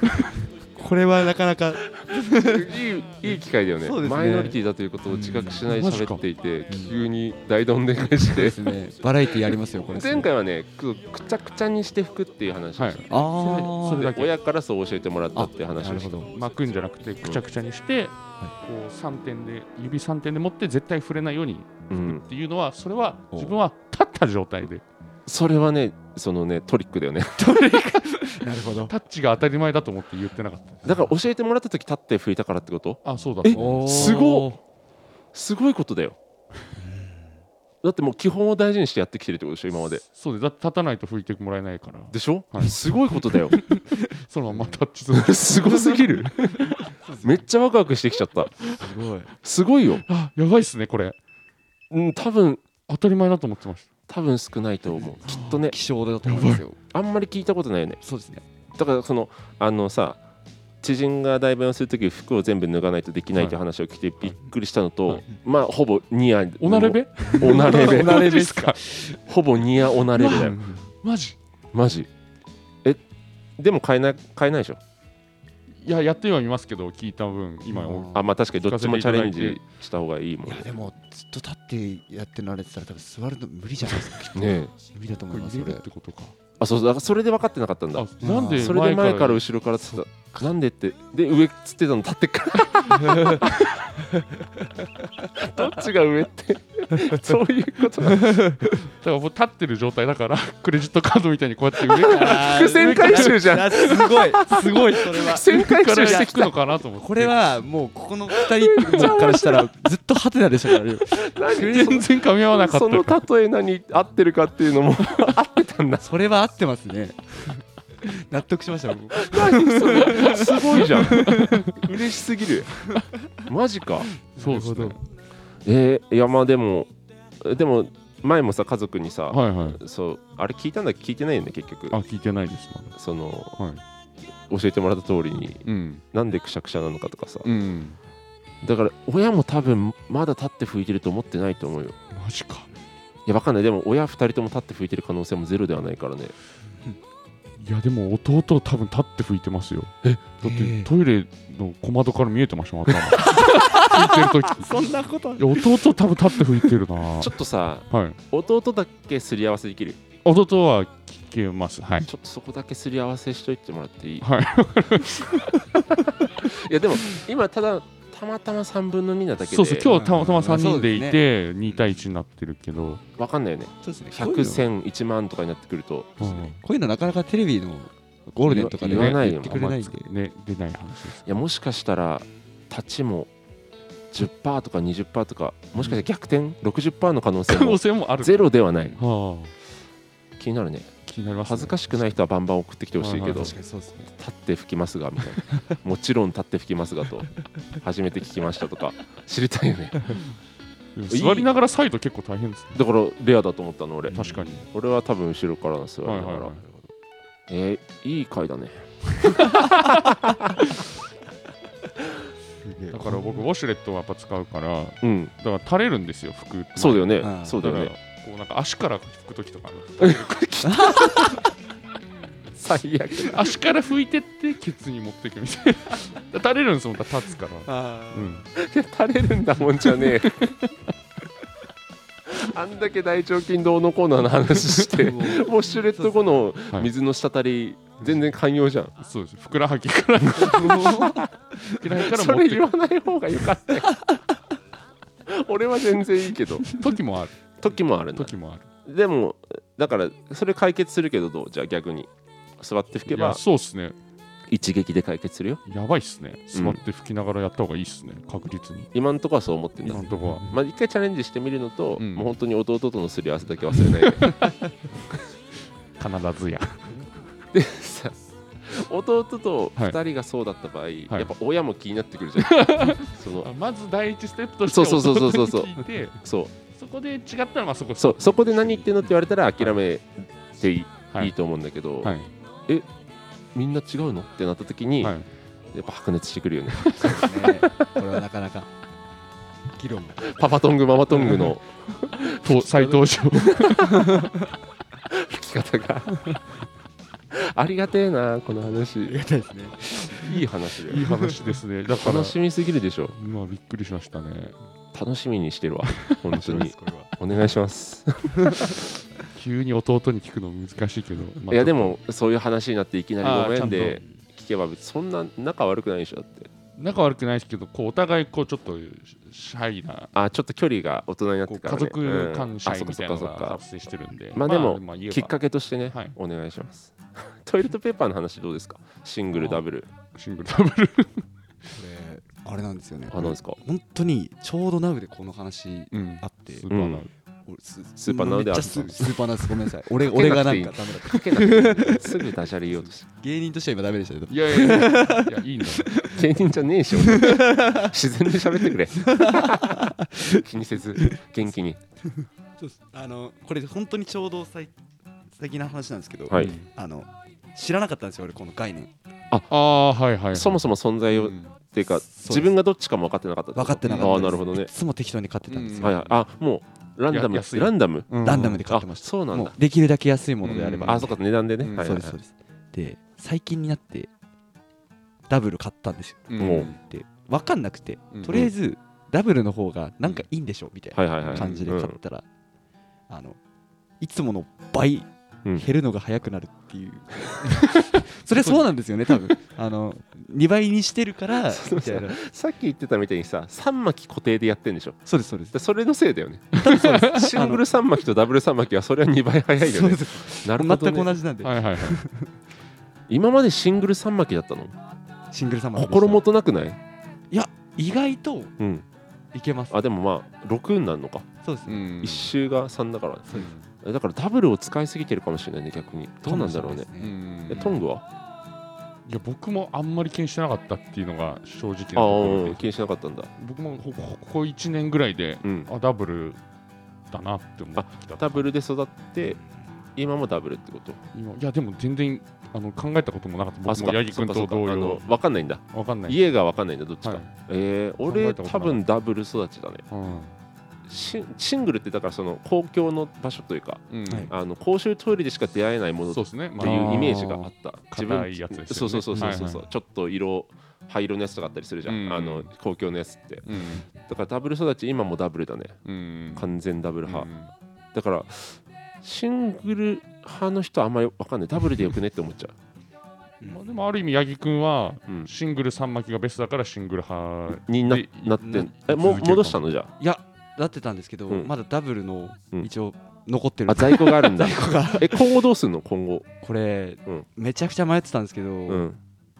[SPEAKER 3] これはなかなか
[SPEAKER 1] いいいい機会だよね
[SPEAKER 3] そうですね
[SPEAKER 1] マイノリティだということを自覚しないで
[SPEAKER 2] マジか
[SPEAKER 1] 喋っていて急に大どんでん返して
[SPEAKER 3] ですねバラエティやりますよこれ
[SPEAKER 1] 前回はねくくちゃくちゃにして拭くっていう話
[SPEAKER 2] は
[SPEAKER 1] を
[SPEAKER 2] い
[SPEAKER 1] した
[SPEAKER 3] あー
[SPEAKER 2] それだけ
[SPEAKER 1] 親からそう教えてもらったっていう話
[SPEAKER 3] な
[SPEAKER 1] を
[SPEAKER 3] る
[SPEAKER 1] し
[SPEAKER 3] ほ
[SPEAKER 1] た
[SPEAKER 3] ど
[SPEAKER 2] 巻くんじゃなくてくちゃくちゃにして、こう3点で指3点で持って絶対触れないように
[SPEAKER 1] うん
[SPEAKER 2] っていうのはそれは
[SPEAKER 3] お
[SPEAKER 2] 自分は立った状態で
[SPEAKER 1] それはねそのねトリックだよね
[SPEAKER 3] なるほど
[SPEAKER 2] タッチが当たり前だと思って言ってなかっ
[SPEAKER 1] だから教えてもらった時立って拭いたからってこと
[SPEAKER 2] たあそうだ
[SPEAKER 1] え
[SPEAKER 2] そう
[SPEAKER 1] すごっすごいことだよだってもう基本を大事にしてやってきてるってことでしょ今まで
[SPEAKER 2] そうでだ立たないと拭いてもらえないから
[SPEAKER 1] でしょ、
[SPEAKER 2] はい
[SPEAKER 1] すごいこと だよ
[SPEAKER 2] そのままタッチする
[SPEAKER 1] すごすぎるめっちゃワクワクしてきちゃった
[SPEAKER 3] すごい
[SPEAKER 1] すごいよ
[SPEAKER 2] あやばいっすねこれ
[SPEAKER 1] うん多分
[SPEAKER 2] 当たり前だと思ってました
[SPEAKER 1] 多分少ないと思うきっとね
[SPEAKER 3] 希少だと思うんですよ
[SPEAKER 1] あんまり聞いたことないよね
[SPEAKER 3] そうですね
[SPEAKER 1] だからそのあのさ知人が代弁をするとき服を全部脱がないとできないっていう話を聞いてびっくりしたのと、
[SPEAKER 2] はい
[SPEAKER 1] まあほぼニア
[SPEAKER 2] おなれべ
[SPEAKER 1] おなれべ
[SPEAKER 2] おなれべっすか
[SPEAKER 1] ほぼニアおなれべだよ
[SPEAKER 2] マジ
[SPEAKER 1] マジえでも買えない買えないでしょ
[SPEAKER 2] いややってはみますけど聞いた分今
[SPEAKER 3] うん
[SPEAKER 1] あまあ確かにどっちもチャレンジした方がいいもん
[SPEAKER 3] い
[SPEAKER 1] ね
[SPEAKER 3] やでもずっと立ってやって慣れてたら多分座るの無理じゃないですか
[SPEAKER 1] ねえ
[SPEAKER 3] 無理だと
[SPEAKER 2] こ
[SPEAKER 3] 思い
[SPEAKER 2] れ
[SPEAKER 3] ます
[SPEAKER 2] 入れ
[SPEAKER 3] それ
[SPEAKER 2] るってことか
[SPEAKER 1] あそうそうだからそれで分かってなかったんだ
[SPEAKER 2] あなんで
[SPEAKER 1] それで前から
[SPEAKER 2] 後
[SPEAKER 1] 後ろからっつってたなんでってで上っつ ってたの立ってっからどっちが上って
[SPEAKER 2] そういうことなんですだからもう立ってる状態だからクレジットカードみたいにこうやって上から
[SPEAKER 1] 伏線回収じゃん
[SPEAKER 3] んすごいすごいそれは
[SPEAKER 1] 伏線回
[SPEAKER 2] か
[SPEAKER 1] 収
[SPEAKER 2] ら
[SPEAKER 1] して
[SPEAKER 2] して
[SPEAKER 1] き
[SPEAKER 2] くの
[SPEAKER 1] た
[SPEAKER 2] かなと思って
[SPEAKER 3] これはもうここの2人からしたらずっとハテナでしたからね
[SPEAKER 2] 全然噛み合わなかった
[SPEAKER 1] その例え何合ってるかっていうのも合ってたんだ
[SPEAKER 3] それは合ってます ね納得しました僕
[SPEAKER 1] すごいじゃん 嬉しすぎるマジか
[SPEAKER 2] そうですね
[SPEAKER 1] えー、いやまあでもでも前もさ家族にさ、
[SPEAKER 2] はいはい
[SPEAKER 1] そうあれ聞いたんだっけ聞いてないよね結局
[SPEAKER 2] あ聞いてないですま
[SPEAKER 1] その
[SPEAKER 2] だはい
[SPEAKER 1] 教えてもらった通りに
[SPEAKER 2] うん
[SPEAKER 1] なんでくしゃくしゃなのかとかさ、
[SPEAKER 2] うん
[SPEAKER 1] だから親も多分まだ立って吹いてると思ってないと思うよ
[SPEAKER 2] マジか
[SPEAKER 1] いやわかんないでも親2人とも立って吹いてる可能性もゼロではないからね
[SPEAKER 2] いやでも弟多分立って拭いてますよえだってトイレの小窓から見えてましたもん 頭拭いてる時
[SPEAKER 3] そんなこと
[SPEAKER 2] いや弟多分立って拭いてるな
[SPEAKER 1] ちょ
[SPEAKER 2] は
[SPEAKER 1] っとさ
[SPEAKER 2] い
[SPEAKER 1] 弟だけすり合わせできる
[SPEAKER 2] 弟は聞けますはい
[SPEAKER 1] ちょっとそこだけすり合わせしといてもらっていい
[SPEAKER 2] はい
[SPEAKER 1] いやでも今ただたまたま3分の2なだけで
[SPEAKER 2] そうそう今日たまたま
[SPEAKER 3] うん
[SPEAKER 2] 3人でい
[SPEAKER 3] そう
[SPEAKER 2] て2対1になってるけど
[SPEAKER 1] わかんないよね
[SPEAKER 3] そうですねこういうの
[SPEAKER 1] 100100万とかになってくると
[SPEAKER 2] うん
[SPEAKER 3] こういうのなかなかテレビのゴールデンとかで
[SPEAKER 1] 言わないよ
[SPEAKER 3] 言ってくれないんで
[SPEAKER 2] ね出ない話です
[SPEAKER 1] いやもしかしたら立ちも10%とか20%とかもしかしたら逆転60%の可能性
[SPEAKER 2] 可能
[SPEAKER 1] も
[SPEAKER 2] 性もある
[SPEAKER 1] ゼロではない
[SPEAKER 2] はあ
[SPEAKER 1] 気になるね
[SPEAKER 2] 気になりますね
[SPEAKER 1] 恥ずかしくない人はバンバン送ってきてほしいけど
[SPEAKER 2] はい
[SPEAKER 1] 立
[SPEAKER 3] 確かにそうですね
[SPEAKER 1] って吹きますがみたいな もちろん立って吹きますがと初めて聞きましたとか知りたいよね
[SPEAKER 2] でも座りながらサイド結構大変ですね
[SPEAKER 1] だからレアだと思ったの俺
[SPEAKER 2] 確かに
[SPEAKER 1] 俺は多分後ろからの座り
[SPEAKER 2] はい
[SPEAKER 1] な
[SPEAKER 2] は
[SPEAKER 1] が
[SPEAKER 2] い
[SPEAKER 1] ら
[SPEAKER 2] はい
[SPEAKER 1] えーいい回だね
[SPEAKER 2] だから僕ウォシュレットはやっぱ使うからだ
[SPEAKER 1] うん
[SPEAKER 2] から垂れるんですよ服
[SPEAKER 1] そうだよね
[SPEAKER 3] あー
[SPEAKER 1] そうだよ
[SPEAKER 2] から
[SPEAKER 1] ね
[SPEAKER 2] こうなんか足から拭く時とかある
[SPEAKER 1] 最悪
[SPEAKER 2] 足から拭いてってケツに持っていくみたいな 垂れるんですもん立つから
[SPEAKER 3] あ
[SPEAKER 2] う
[SPEAKER 3] ー
[SPEAKER 2] ん
[SPEAKER 1] 垂れるんだもんじゃ ねえあんだけ大腸筋どうのこうのの話して ウ
[SPEAKER 3] もう
[SPEAKER 1] ォッシュレット後の水の滴り全然寛容じゃん
[SPEAKER 2] そうですふくらはぎからふくらはぎから
[SPEAKER 1] そ
[SPEAKER 2] 持っ
[SPEAKER 1] れ
[SPEAKER 2] て
[SPEAKER 1] 言
[SPEAKER 2] く
[SPEAKER 1] わない方がよかったよ 俺は全然いいけど
[SPEAKER 2] 時もある
[SPEAKER 1] 時もあるな
[SPEAKER 2] 時もある
[SPEAKER 1] でもだからそれ解決するけどどうじゃあ逆に座って吹け
[SPEAKER 2] いや
[SPEAKER 1] ば
[SPEAKER 2] そうっすね
[SPEAKER 1] 一撃で解決するよ
[SPEAKER 2] やばいっすね座って拭きながらやった方がいいっすね確実に
[SPEAKER 1] 今んとこはそう思ってんだ
[SPEAKER 2] 今のとこは
[SPEAKER 1] まあ一回チャレンジしてみるのと、
[SPEAKER 2] うん
[SPEAKER 1] もう本当に弟とのすり合わせだけ忘れないで
[SPEAKER 2] 必ずや
[SPEAKER 1] でさ弟と2人がそうだった場合、やっぱ親も気になってくるじゃん、 その
[SPEAKER 2] まず第一ステップとして
[SPEAKER 1] そうそうそうそうそうそう
[SPEAKER 2] 弟に聞いて
[SPEAKER 1] そう
[SPEAKER 2] そこで違ったらまあそこ
[SPEAKER 1] そうそこで何言ってんのって言われたら諦めていい,、、
[SPEAKER 2] はいい
[SPEAKER 1] と思うんだけど、
[SPEAKER 2] はい
[SPEAKER 1] みんな違うのってなった時に、
[SPEAKER 2] はい
[SPEAKER 1] やっぱ白熱してくるよね
[SPEAKER 3] ねこれはなかなか議論が
[SPEAKER 1] パパトングママトングの
[SPEAKER 2] と再登場
[SPEAKER 1] 吹き方がありがてえなこの話
[SPEAKER 3] ありがたいですね
[SPEAKER 1] いい話だ
[SPEAKER 2] いい
[SPEAKER 1] よ
[SPEAKER 2] 話です ねだから
[SPEAKER 1] 楽しみすぎるでしょ
[SPEAKER 2] 今びっくりしましたね
[SPEAKER 1] 楽しみにしてるわ 本当に
[SPEAKER 3] これは
[SPEAKER 1] お願いします
[SPEAKER 2] 急に弟に聞くの難しいけど、まあ
[SPEAKER 1] いやでもそういう話になっていきなりごめんで
[SPEAKER 2] あーち
[SPEAKER 1] 聞けば別にそんな仲悪くないでしょだって
[SPEAKER 2] 仲悪くないですけどこうお互いこうちょっとシャイな
[SPEAKER 1] あちょっと距離が大人になっ
[SPEAKER 2] こ
[SPEAKER 1] て
[SPEAKER 2] う
[SPEAKER 1] から、
[SPEAKER 2] 家
[SPEAKER 1] ね、
[SPEAKER 2] 族間シ
[SPEAKER 1] うんあそ
[SPEAKER 2] ャイ
[SPEAKER 1] っか
[SPEAKER 2] み
[SPEAKER 1] そっか
[SPEAKER 2] たいなの
[SPEAKER 1] そっ
[SPEAKER 2] が
[SPEAKER 1] か
[SPEAKER 2] 発生してるんで
[SPEAKER 1] まあでも
[SPEAKER 2] まあ言えば
[SPEAKER 1] きっかけとしてね、
[SPEAKER 2] はい
[SPEAKER 1] お願いしますトイレットペーパーの話どうですかシングル
[SPEAKER 2] あー
[SPEAKER 1] ダブル
[SPEAKER 2] シングルダブル
[SPEAKER 3] これあれなんですよね
[SPEAKER 1] あなんですか
[SPEAKER 3] 本当にちょうどナウでこの話
[SPEAKER 2] うん
[SPEAKER 3] あって
[SPEAKER 2] スーパーな
[SPEAKER 3] 俺ス
[SPEAKER 1] スーパーナウで
[SPEAKER 3] めっちゃ
[SPEAKER 1] あ
[SPEAKER 3] ス
[SPEAKER 1] った
[SPEAKER 3] スーパーナウですごめん なさい俺
[SPEAKER 1] かけ
[SPEAKER 3] 俺
[SPEAKER 1] な
[SPEAKER 3] が
[SPEAKER 1] く
[SPEAKER 3] な
[SPEAKER 1] ていい
[SPEAKER 3] んかダメだった
[SPEAKER 1] かけなくて すぐダジャレ言おうとし
[SPEAKER 3] 芸人としては今ダメでしたけど
[SPEAKER 2] いやいやいやいやいいんだ
[SPEAKER 1] て芸人じゃねえしょ自然で喋ってくれ 気にせず元気に
[SPEAKER 3] あのこれ本当にちょうど最近の話なんですけど、
[SPEAKER 1] はい
[SPEAKER 3] あの知らなかったんですよ俺この概念
[SPEAKER 2] ああはいはい、はい、
[SPEAKER 1] そも
[SPEAKER 2] そ
[SPEAKER 1] そも存在を、っ
[SPEAKER 2] うん
[SPEAKER 1] ていうか
[SPEAKER 3] す
[SPEAKER 1] 自分がどっちかも分かってなかった
[SPEAKER 3] 分かってなかった
[SPEAKER 1] ああ
[SPEAKER 3] です
[SPEAKER 1] ーなるほどね
[SPEAKER 3] い、つも適当に買ってたんですよ、
[SPEAKER 2] うん
[SPEAKER 1] はいはい、あもうランダム
[SPEAKER 2] や安い
[SPEAKER 1] ランダム
[SPEAKER 3] ランダムで買っ
[SPEAKER 1] あ
[SPEAKER 3] てました、
[SPEAKER 1] そうなん
[SPEAKER 3] もう
[SPEAKER 1] だ
[SPEAKER 3] できるだけ安いものであれば、
[SPEAKER 2] うん
[SPEAKER 1] あそうか値段でね、
[SPEAKER 2] うん
[SPEAKER 1] はい
[SPEAKER 3] そ
[SPEAKER 1] は
[SPEAKER 3] う
[SPEAKER 1] い
[SPEAKER 3] ですそうですで最近になってダブル買ったんですよ
[SPEAKER 2] うん
[SPEAKER 1] もう
[SPEAKER 3] で分かんなくて、
[SPEAKER 2] うん
[SPEAKER 3] とりあえずダブルの方がなんかいいんでしょみたい
[SPEAKER 1] はいはいは
[SPEAKER 3] ない感じで買ったら、あのいつもの倍
[SPEAKER 1] うん
[SPEAKER 3] 減るのが早くなるっていう、 それはそうなんですよね多分あの2倍にしてるからみたいな
[SPEAKER 1] さっき言ってたみたいにさ3巻固定でやってんでしょ
[SPEAKER 3] そうですそうです
[SPEAKER 1] でそれのせいだよね シングル3巻とダブル3巻はそれは2倍早いよ
[SPEAKER 3] そう
[SPEAKER 1] ね
[SPEAKER 3] です
[SPEAKER 1] なるほ
[SPEAKER 3] 全
[SPEAKER 1] ど、
[SPEAKER 3] く同
[SPEAKER 1] ね、
[SPEAKER 3] じなんで、
[SPEAKER 2] はいはいはい。
[SPEAKER 1] 今までシングル3巻だったの
[SPEAKER 3] シングル様
[SPEAKER 1] 心もとなくない、
[SPEAKER 3] いや意外と
[SPEAKER 1] うん、
[SPEAKER 3] いけます
[SPEAKER 1] あでもまあ6になるのか、
[SPEAKER 3] そうです
[SPEAKER 2] う
[SPEAKER 3] ね、
[SPEAKER 2] ん
[SPEAKER 1] 一1周が3だから
[SPEAKER 3] そうです
[SPEAKER 1] だからダブルを使いすぎてるかもしれないね逆にどうなんだろうね
[SPEAKER 3] かもしれないうですね
[SPEAKER 2] ん
[SPEAKER 1] えトングはい
[SPEAKER 2] や僕もあんまり気にしてなかったっていうのが正直な
[SPEAKER 1] あ
[SPEAKER 2] と
[SPEAKER 1] あ
[SPEAKER 2] こ
[SPEAKER 1] う
[SPEAKER 2] ろ
[SPEAKER 1] ん
[SPEAKER 2] で
[SPEAKER 1] 気にしなかったんだ
[SPEAKER 2] 僕もこここ1年ぐらいで、
[SPEAKER 1] うん
[SPEAKER 2] あダブルだなって思ってきた
[SPEAKER 1] ダブルで育って今もダブルってこと
[SPEAKER 2] 今いやでも全然あの考えたこともなかった
[SPEAKER 1] あ
[SPEAKER 2] 僕
[SPEAKER 1] そ
[SPEAKER 2] も
[SPEAKER 1] っか
[SPEAKER 2] 八木君
[SPEAKER 1] そ
[SPEAKER 2] と
[SPEAKER 1] っかそっ
[SPEAKER 2] 同
[SPEAKER 1] かあ
[SPEAKER 2] 様
[SPEAKER 1] の分かんないんだ
[SPEAKER 2] わかんない、
[SPEAKER 1] 家が分かんないんだどっちか、
[SPEAKER 2] はい
[SPEAKER 1] えー、
[SPEAKER 2] 考
[SPEAKER 1] 俺
[SPEAKER 2] えたことない
[SPEAKER 1] 多分ダブル育ちだね
[SPEAKER 2] うん
[SPEAKER 1] シンシングルってだからその公共の場所というか
[SPEAKER 2] うん
[SPEAKER 3] はい
[SPEAKER 1] あの公衆トイレでしか出会えないものって
[SPEAKER 2] そうですね、まあ
[SPEAKER 1] いうイメージがあった
[SPEAKER 2] 硬いやつですよ
[SPEAKER 1] そう
[SPEAKER 2] ね
[SPEAKER 1] そうそうそうそう、
[SPEAKER 2] はいは
[SPEAKER 1] ちょっと色灰色のやつとかあったりするじゃん、
[SPEAKER 2] うん
[SPEAKER 1] あの公共のやつって
[SPEAKER 2] うん
[SPEAKER 1] だからダブル育ち今もダブルだね
[SPEAKER 2] うん
[SPEAKER 1] 完全ダブル派、
[SPEAKER 2] うん
[SPEAKER 1] だからシングル派の人はあんまり分かんないダブルでよくねって思っちゃ
[SPEAKER 2] まあ、でもある意味八木君は
[SPEAKER 1] う、うん、
[SPEAKER 2] シングル3巻きがベストだからシングル派
[SPEAKER 1] にな
[SPEAKER 2] で
[SPEAKER 1] なって
[SPEAKER 3] な
[SPEAKER 1] えもう
[SPEAKER 2] 続けるかも
[SPEAKER 1] 戻したのじゃ
[SPEAKER 3] いやなってたんですけど、
[SPEAKER 1] うん
[SPEAKER 3] まだダブルの
[SPEAKER 1] うん
[SPEAKER 3] 一応残ってる
[SPEAKER 1] ああ
[SPEAKER 3] んです、
[SPEAKER 1] 在庫がある んだ
[SPEAKER 3] ここが
[SPEAKER 1] え今後どうするの今後
[SPEAKER 3] これ、
[SPEAKER 1] うん
[SPEAKER 3] めちゃくちゃ迷ってたんですけど、
[SPEAKER 1] うん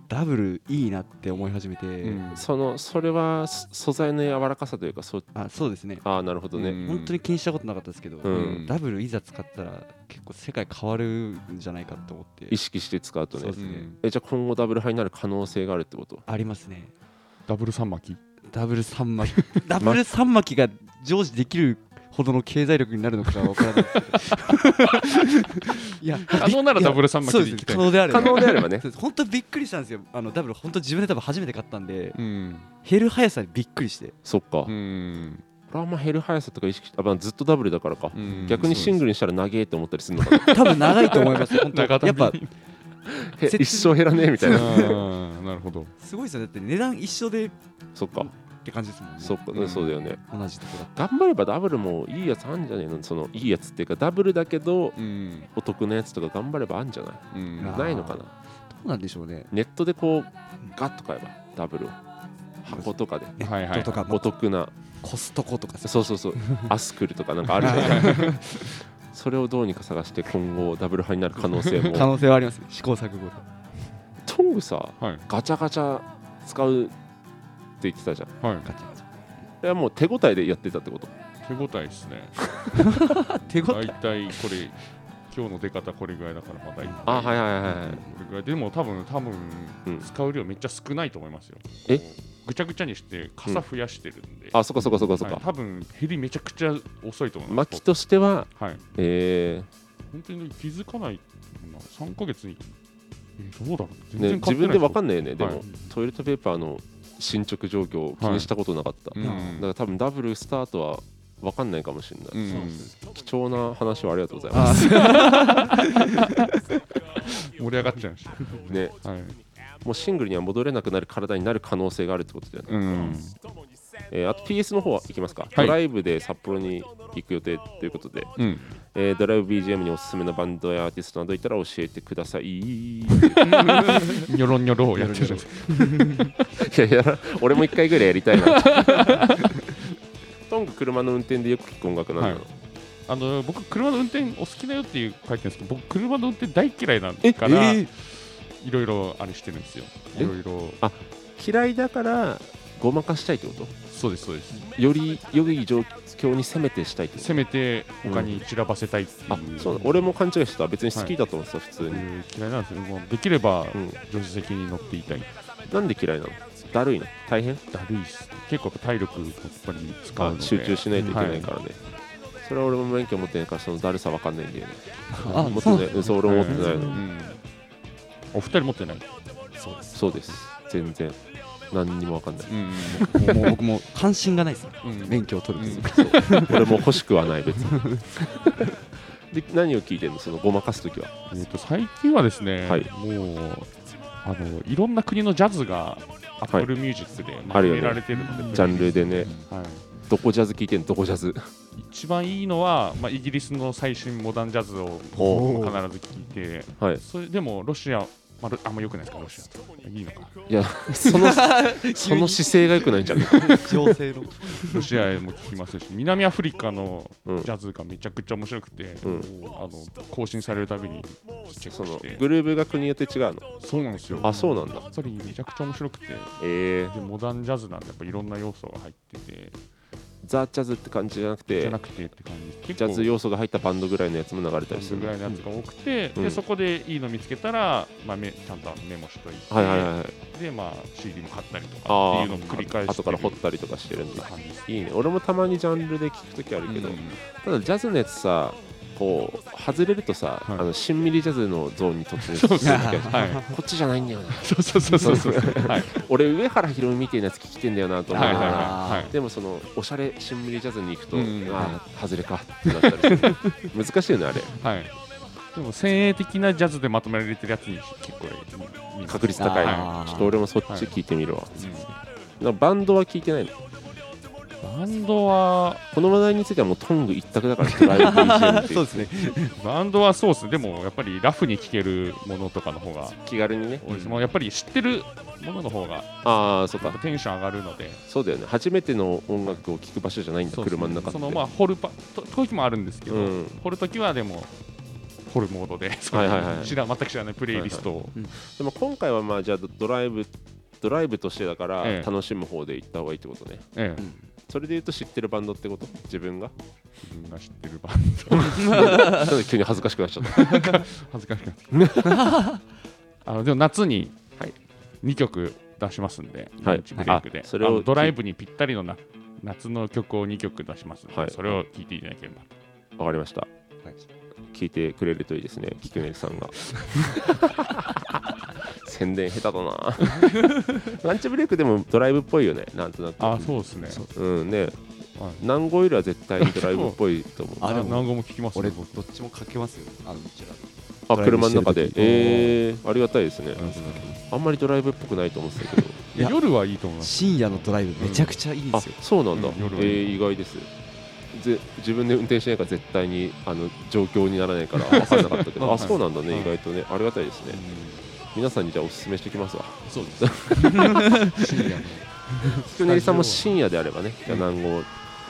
[SPEAKER 3] ダブルいいなって思い始めて、
[SPEAKER 2] うん
[SPEAKER 1] そのそれはそ素材の柔らかさというかそう
[SPEAKER 3] あそうですね
[SPEAKER 1] ああなるほどね、
[SPEAKER 2] うん
[SPEAKER 3] 本当に気にしたことなかったですけど、
[SPEAKER 1] うん
[SPEAKER 3] ダブルいざ使ったら結構世界変わるんじゃないかと思って
[SPEAKER 1] 意識して使うと
[SPEAKER 3] そう
[SPEAKER 1] ね
[SPEAKER 3] ですね、
[SPEAKER 2] うん
[SPEAKER 1] えじゃあ今後ダブル派になる可能性があるってこと
[SPEAKER 3] ありますね
[SPEAKER 2] ダブル3巻き
[SPEAKER 3] ダブル三 巻ダブル三巻が常時できるほどの経済力になるのかは分からないです けどいや
[SPEAKER 2] 可能ならダブル3巻
[SPEAKER 3] そう
[SPEAKER 2] きで
[SPEAKER 3] で
[SPEAKER 2] い
[SPEAKER 3] す
[SPEAKER 2] き
[SPEAKER 3] ね
[SPEAKER 2] たい
[SPEAKER 3] 可能であれば
[SPEAKER 1] 可能であれば ね
[SPEAKER 3] そうです本当びっくりしたんですよあのダブル本当自分で多分初めて買ったんで
[SPEAKER 2] うん
[SPEAKER 3] 減る速さにびっくりして
[SPEAKER 1] そっか、
[SPEAKER 2] う
[SPEAKER 1] こ
[SPEAKER 2] ん
[SPEAKER 1] れはあんま減る速さとか意識してあまあずっとダブルだからか、
[SPEAKER 2] うん
[SPEAKER 1] 逆にシングルにしたら長えって思ったりするのかな
[SPEAKER 3] 多分長いと思います本当
[SPEAKER 2] 長旅
[SPEAKER 3] やっぱ
[SPEAKER 1] へ
[SPEAKER 3] 切
[SPEAKER 1] 一生減らねえみたいな
[SPEAKER 2] あーなるほど。
[SPEAKER 3] すごいですよねだって値段一緒でっ
[SPEAKER 1] そっか
[SPEAKER 3] て感じですもんね
[SPEAKER 1] そっか、
[SPEAKER 2] うん
[SPEAKER 1] そうだよね
[SPEAKER 3] 同じとこだ
[SPEAKER 1] 頑張ればダブルもいいやつあんじゃねえのそのいいやつっていうかダブルだけど
[SPEAKER 2] うん。
[SPEAKER 1] お得なやつとか頑張ればあんじゃない
[SPEAKER 2] うん
[SPEAKER 3] あー
[SPEAKER 1] ないのかな
[SPEAKER 3] どうなんでしょうね
[SPEAKER 1] ネットでこうガッと買えばダブルを箱とかで
[SPEAKER 3] ネ
[SPEAKER 2] はい
[SPEAKER 3] ッ
[SPEAKER 2] はい
[SPEAKER 3] トとか
[SPEAKER 1] お得な
[SPEAKER 3] コストコとか
[SPEAKER 1] そうそうそうアスクルとかなんかあるじゃないそれをどうにか探して今後ダブル派になる可能性
[SPEAKER 3] 可
[SPEAKER 1] も
[SPEAKER 3] 能性はあります試行錯誤で
[SPEAKER 1] トングさ
[SPEAKER 2] はい
[SPEAKER 1] ガチャガチャ使うって言ってたじゃん
[SPEAKER 2] はい。
[SPEAKER 3] ガチャガチ
[SPEAKER 1] いやもう手応えでやってたってこと
[SPEAKER 2] 手応えですね。
[SPEAKER 3] ャ手応
[SPEAKER 2] 大
[SPEAKER 3] え
[SPEAKER 2] 体これ今日の出方これぐらいだからまだいい。
[SPEAKER 1] あはい
[SPEAKER 2] い。
[SPEAKER 1] はいはいはい
[SPEAKER 2] これぐらいでも多分多分
[SPEAKER 1] うん
[SPEAKER 2] 使う量めっちゃ少ないと思いますよ。
[SPEAKER 1] え？
[SPEAKER 2] ぐちゃぐちゃにして傘増やしてるんで。
[SPEAKER 1] あそっかそっかそっかそっ
[SPEAKER 2] はい
[SPEAKER 1] か
[SPEAKER 2] 多分減りめちゃくちゃ遅いと思います。
[SPEAKER 1] 巻きとしては
[SPEAKER 2] はい。
[SPEAKER 1] え
[SPEAKER 2] 本当に気づかないな。三ヶ月にえどうだろう。
[SPEAKER 1] ーね自分でわか
[SPEAKER 2] ん
[SPEAKER 1] んないよねで
[SPEAKER 2] は
[SPEAKER 1] も
[SPEAKER 2] い
[SPEAKER 1] トイレットペーパーの進捗状況を気にしたことなかった
[SPEAKER 2] う
[SPEAKER 1] だか
[SPEAKER 2] ん
[SPEAKER 1] ら多分ダブルスタートは分かんないかもしれ
[SPEAKER 2] う
[SPEAKER 1] ない
[SPEAKER 2] ん。
[SPEAKER 1] 貴重な話をありがとうございま
[SPEAKER 3] あ
[SPEAKER 1] す
[SPEAKER 2] 盛り上がっちゃいまし
[SPEAKER 1] ね
[SPEAKER 2] た。はい。
[SPEAKER 1] もうシングルには戻れなくなる体になる可能性があるってことじゃない、
[SPEAKER 2] うん。
[SPEAKER 1] えーあと PS の方はいきますか、
[SPEAKER 2] はい
[SPEAKER 1] ドライブで札幌に行く予定ということで、
[SPEAKER 2] うん。
[SPEAKER 1] えードライブ BGM におすすめのバンドやアーティストなどいたら教えてくださ いい
[SPEAKER 2] ニョロニョロをやってる。
[SPEAKER 1] やいや俺も一回ぐらいやりたい なトング車の運転でよく聞く音楽なんだろう、
[SPEAKER 2] はあの僕、車の運転お好きだよっていう書いてるんですけど、僕、車の運転大嫌いなんだから、
[SPEAKER 3] えー
[SPEAKER 2] いろいろあれしてるんですよ。
[SPEAKER 1] え
[SPEAKER 2] いろいろ、
[SPEAKER 1] 嫌いだからごまかしたいってこと
[SPEAKER 2] そうです、そうです。
[SPEAKER 1] より良い状況に攻めてしたいってこと
[SPEAKER 2] せめて他に散らばせたいっていう、
[SPEAKER 1] あそうだ俺も勘違いしてた別に好きだと思ってた、普通に、
[SPEAKER 2] いう嫌いなんですよ。もうできれば
[SPEAKER 1] うん、
[SPEAKER 2] 助手席に乗っていたい。
[SPEAKER 1] なんで嫌いなのだるいの大変
[SPEAKER 2] だるいっす。結構体力やっぱり使う
[SPEAKER 1] あ
[SPEAKER 2] ので。
[SPEAKER 1] 集中しないといけないからね、それは俺も免許持ってないからそのだるさわかんないんだよね
[SPEAKER 3] あ
[SPEAKER 1] 持っ
[SPEAKER 3] そう
[SPEAKER 1] てないうんそう俺も持ってないの、
[SPEAKER 2] うんお二人持ってない。そうです。
[SPEAKER 1] そうです全然何にもわかんない
[SPEAKER 2] うん。
[SPEAKER 3] もうもう僕も関心がないですね
[SPEAKER 2] うん
[SPEAKER 3] 免許を取るんですよ
[SPEAKER 1] 俺も欲しくはない別にで何を聞いてんのそのごまかす時は
[SPEAKER 2] えー、と最近はですね、
[SPEAKER 1] はい
[SPEAKER 2] もうあのいろんな国のジャズが Apple Music で
[SPEAKER 1] あるよね
[SPEAKER 2] 入れられてるので、
[SPEAKER 1] ジャンルでね
[SPEAKER 2] はい
[SPEAKER 1] どこジャズ聴いてんのどこジャズ
[SPEAKER 2] 一番いいのは、まあ、イギリスの最新モダンジャズを
[SPEAKER 1] お
[SPEAKER 2] 必ず聴いて、
[SPEAKER 1] はい
[SPEAKER 2] それでもロシア、まあロ、あんま良くないですか、ロシア。いいのか。
[SPEAKER 1] いやそ のその姿勢が良くないんじゃない
[SPEAKER 3] 情勢の
[SPEAKER 2] ロシアも聴きますし、南アフリカのジ
[SPEAKER 1] うん
[SPEAKER 2] ャズがめちゃくちゃ面白くて、
[SPEAKER 1] うん
[SPEAKER 2] あの更新されるたびにチェッ
[SPEAKER 1] そ
[SPEAKER 2] クし
[SPEAKER 1] の
[SPEAKER 2] て、
[SPEAKER 1] グルーブが国によって違うの
[SPEAKER 2] そうなんですよ。
[SPEAKER 1] あそうなんだ
[SPEAKER 2] やっぱりめちゃくちゃ面白くて、で
[SPEAKER 1] えー、
[SPEAKER 2] モダンジャズなんで、やっぱいろんな要素が入ってて、
[SPEAKER 1] ザ・ジャズって感じじゃなくて
[SPEAKER 2] じゃなくてって感じ。
[SPEAKER 1] ジャズ要素が入ったバンドぐらいのやつも流れたりす
[SPEAKER 2] そ
[SPEAKER 1] る
[SPEAKER 2] ぐらいのやつが多くて、
[SPEAKER 1] うん
[SPEAKER 2] でそこでいいの見つけたら、まあ、めちゃんとメモしといて、
[SPEAKER 1] はいはいはいはい
[SPEAKER 2] で、まあ、CD も買ったりと
[SPEAKER 1] あ
[SPEAKER 2] か
[SPEAKER 1] あ
[SPEAKER 2] っていうのを繰り返してる
[SPEAKER 1] 後から掘ったりとかしてるんだ
[SPEAKER 2] 感じです
[SPEAKER 1] いいね俺もたまにジャンルで聞くときあるけど、ただジャズのやつさこう外れるとさ、
[SPEAKER 2] はい
[SPEAKER 1] あのしんみりジャズのゾーンに突入する時あるじゃん
[SPEAKER 2] はい、
[SPEAKER 1] こっちじゃないんだよな
[SPEAKER 2] そうそうそうそうそう、はい、
[SPEAKER 1] 俺上原ひろみみたいなやつ聞きてんだよなと思いながら、
[SPEAKER 2] はいはいはいはい
[SPEAKER 1] でもそのおしゃれしんみりジャズに行くと、
[SPEAKER 2] うん
[SPEAKER 1] ああ外れかってなったりして 難しいよねあれ
[SPEAKER 2] はい、でも先鋭的なジャズでまとめられてるやつに結構見ます
[SPEAKER 1] 確率高い
[SPEAKER 3] あー
[SPEAKER 1] ちょっと俺もそっち聞いてみるわ、
[SPEAKER 2] う
[SPEAKER 1] なんかバンドは聞いてないの
[SPEAKER 2] んバンドは
[SPEAKER 1] この話題についてはもうトング一択だからドライブ BGM ってい
[SPEAKER 3] そううですね
[SPEAKER 2] バンドはそうですねでもやっぱりラフに聴けるものとかの方が
[SPEAKER 1] 気軽にね
[SPEAKER 2] 多いです、もうやっぱり知ってるものの方が
[SPEAKER 1] ああそっ
[SPEAKER 2] やっ
[SPEAKER 1] か
[SPEAKER 2] ぱテンション上がるので
[SPEAKER 1] そうだよね初めての音楽を聴く場所じゃないんだ
[SPEAKER 2] そうですね
[SPEAKER 1] 車の中って
[SPEAKER 2] そのまあ掘るパと時もあるんですけど、
[SPEAKER 1] うん
[SPEAKER 2] 掘る時はでも掘るモードで、その
[SPEAKER 1] はいはいはい
[SPEAKER 2] 知ら全く知らないプレイリストを、
[SPEAKER 1] でも今回はまあじゃあドライブドライブとしてだから
[SPEAKER 2] ええ
[SPEAKER 1] 楽しむ方で行った方がいいってことね、
[SPEAKER 2] ええ
[SPEAKER 1] それで言うと知ってるバンドってこと自分 が
[SPEAKER 2] 自分が知ってるバンド
[SPEAKER 1] なんで急に恥ずかしくなっちゃった
[SPEAKER 2] 恥ずかしくなって きたあのでも夏に
[SPEAKER 1] はい
[SPEAKER 2] 2曲出しますんで、
[SPEAKER 1] はい
[SPEAKER 2] ブレイクで、
[SPEAKER 1] あそれを
[SPEAKER 2] あのドライブにぴったりのな夏の曲を2曲出しますので、
[SPEAKER 1] はい
[SPEAKER 2] それを聴いていただければ
[SPEAKER 1] わかりました
[SPEAKER 3] はい
[SPEAKER 1] 聞いてくれるといいですね菊根さん が宣伝下手だなランチブレイクでもドライブっぽいよねなんとなく
[SPEAKER 2] あそうですね
[SPEAKER 1] うんね
[SPEAKER 2] はい
[SPEAKER 1] 南郷よりは絶対にドライブっぽいと思う
[SPEAKER 3] あでも
[SPEAKER 2] 何語も聴きますね
[SPEAKER 3] 俺
[SPEAKER 2] 僕
[SPEAKER 3] どっちもかけますよあのどちら
[SPEAKER 1] あ
[SPEAKER 3] ドライブ
[SPEAKER 1] 車
[SPEAKER 3] し
[SPEAKER 1] の
[SPEAKER 3] てる時
[SPEAKER 1] 中でえー、ありがたいですね
[SPEAKER 3] うん
[SPEAKER 1] あんまりドライブっぽくないと思ってたけど
[SPEAKER 2] いや夜はいいと思います
[SPEAKER 3] 深夜のドライブめちゃくちゃいいで
[SPEAKER 1] あ
[SPEAKER 3] すよ
[SPEAKER 1] そうなんだ、
[SPEAKER 2] うん
[SPEAKER 1] え
[SPEAKER 2] 夜はね
[SPEAKER 1] ー、意外ですぜ自分で運転しないから絶対にあの状況にならないから分からなかったけ
[SPEAKER 2] は
[SPEAKER 1] ど
[SPEAKER 2] い
[SPEAKER 1] あそうなんだ
[SPEAKER 2] は
[SPEAKER 1] ね
[SPEAKER 2] い
[SPEAKER 1] 意外とねありがたいですね皆さんにじゃあおすすめしてきますわ
[SPEAKER 2] そうです深夜の
[SPEAKER 1] 菊練さんも深夜であればねじゃあ南郷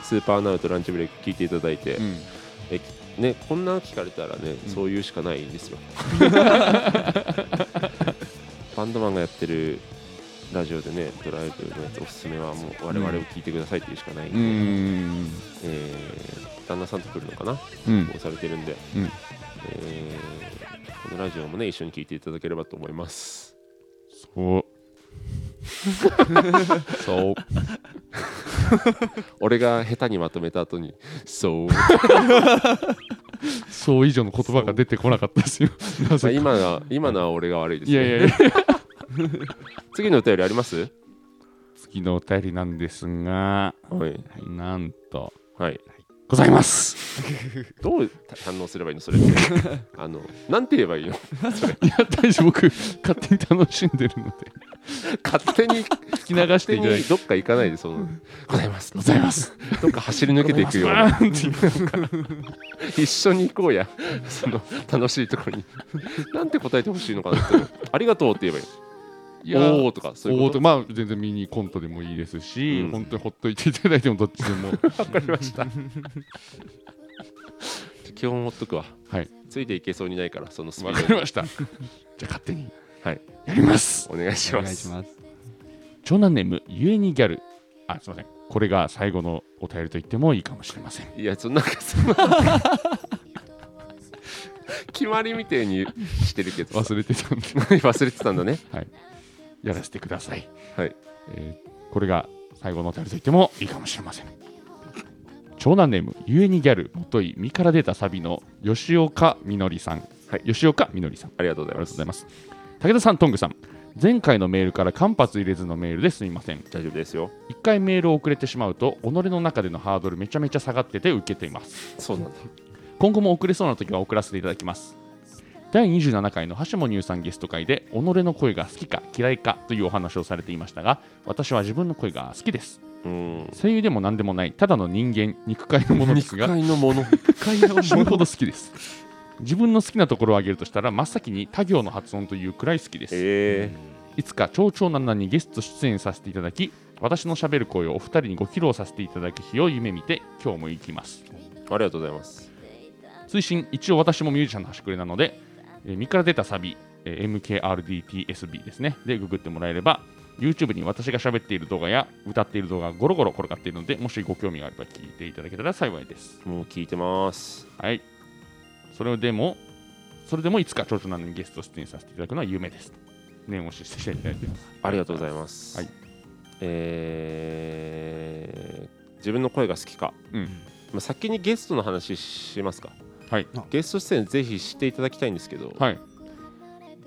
[SPEAKER 1] スーパーナウトランチブレイク聞いていただいて、
[SPEAKER 2] うん
[SPEAKER 1] えね、こんな聞かれたらね、そういうしかないんです よバンドマンがやってるラジオでねドライブのやつおすすめはもう我々を聞いてくださいっていうしかないんで、
[SPEAKER 2] うん
[SPEAKER 1] えー旦那さんと来るのかな
[SPEAKER 2] うん
[SPEAKER 1] 押されてるんで、
[SPEAKER 2] うん
[SPEAKER 1] えーこのラジオもね一緒に聞いていただければと思います
[SPEAKER 2] そう
[SPEAKER 1] そう俺が下手にまとめた後に そう
[SPEAKER 2] そう以上の言葉が出てこなかったですよ。な
[SPEAKER 1] まあ
[SPEAKER 2] ぜか
[SPEAKER 1] 今が今のは俺が悪いです
[SPEAKER 2] い
[SPEAKER 1] ね
[SPEAKER 2] やいやいや、
[SPEAKER 1] 次のお便りあります
[SPEAKER 2] 次のお便りなんですが、
[SPEAKER 1] はい、
[SPEAKER 2] なんと、
[SPEAKER 1] はい、
[SPEAKER 2] ございます。
[SPEAKER 1] どう反応すればいいのそれって あのなんて言えばいいの
[SPEAKER 2] いや、大丈夫、僕、勝手に楽しんでるので、
[SPEAKER 1] 勝手に
[SPEAKER 2] 聞き流していただいて。
[SPEAKER 1] どっか行かないでそのございます
[SPEAKER 2] ございます。
[SPEAKER 1] どっか走り抜けていくよう
[SPEAKER 2] バ
[SPEAKER 1] な
[SPEAKER 2] ーンって言っ て
[SPEAKER 1] 一緒に行こうやその楽しいところになんて答えてほしいのかなってありがとうって言えばいい
[SPEAKER 2] いや
[SPEAKER 1] おおーとかそういう
[SPEAKER 2] お
[SPEAKER 1] こ
[SPEAKER 2] ーと
[SPEAKER 1] と
[SPEAKER 2] まあ全然ミニコントでもいいですし、
[SPEAKER 1] うん
[SPEAKER 2] 本当にほっといていただいてもどっちで も
[SPEAKER 1] わかりました基本持っとくわ
[SPEAKER 2] はい
[SPEAKER 1] ついていけそうにないからそのスピ
[SPEAKER 2] わ
[SPEAKER 1] ー
[SPEAKER 2] か
[SPEAKER 1] ド
[SPEAKER 2] りましたじゃあ勝手に
[SPEAKER 1] はい
[SPEAKER 2] やります
[SPEAKER 1] お願いし
[SPEAKER 3] お
[SPEAKER 1] ま
[SPEAKER 3] 願い
[SPEAKER 1] す
[SPEAKER 3] します
[SPEAKER 2] 長男ネームゆえにギャルあすいませんこれが最後のお便りと言ってもいいかもしれません
[SPEAKER 1] いやそんなんかその決まりみてえにしてるけどさ
[SPEAKER 2] 忘れてたんで
[SPEAKER 1] 忘れてたんだね
[SPEAKER 2] やらせてください、
[SPEAKER 1] はい
[SPEAKER 2] えーこれが最後のお便りと言ってもいいかもしれません長男ネームゆえにギャルもといみから出たサビの吉岡みのりさん、
[SPEAKER 1] はい
[SPEAKER 2] 吉岡みのりさん
[SPEAKER 1] ありがとうご
[SPEAKER 2] あ
[SPEAKER 1] ざいま
[SPEAKER 2] りがとう
[SPEAKER 1] す
[SPEAKER 2] ございます武田さんトングさん前回のメールから間髪入れずのメールですみません
[SPEAKER 1] 大丈夫ですよ
[SPEAKER 2] 一回メールを遅れてしまうと己の中でのハードルめちゃめちゃ下がってて受けています
[SPEAKER 1] そうなんだ
[SPEAKER 2] 今後も遅れそうな時は遅らせていただきます第27回の橋本優さんゲスト会で己の声が好きか嫌いかというお話をされていましたが私は自分の声が好きです
[SPEAKER 1] うん
[SPEAKER 2] 声優でも何でもないただの人間肉塊のものです
[SPEAKER 1] 肉
[SPEAKER 2] が
[SPEAKER 1] 塊のもの
[SPEAKER 2] 死ぬほど好きです自分の好きなところを挙げるとしたら真っ先に他行の発音というくらい好きです、
[SPEAKER 1] ええ
[SPEAKER 2] いつか長々な々にゲスト出演させていただき私のしゃべる声をお二人にご披露させていただく日を夢見て今日も行きます
[SPEAKER 1] ありがとうございます
[SPEAKER 2] 推進一応私もミュージシャンの端くれなので、えー身から出たサビ、えー MKRDTSB ですねでググってもらえれば YouTube に私が喋っている動画や歌っている動画がゴロゴロ転がっているのでもしご興味があれば聞いていただけたら幸いです
[SPEAKER 1] もう聞いてます
[SPEAKER 2] はいそれでもそれでもいつか長々な々にゲスト出演させていただくのは夢です念押ししていただいてます
[SPEAKER 1] ありがとうございます
[SPEAKER 2] はい
[SPEAKER 1] えー自分の声が好きか
[SPEAKER 2] うん
[SPEAKER 1] まあ先にゲストの話しますか
[SPEAKER 2] はい
[SPEAKER 1] ゲスト出演ぜひしていただきたいんですけど、
[SPEAKER 2] はい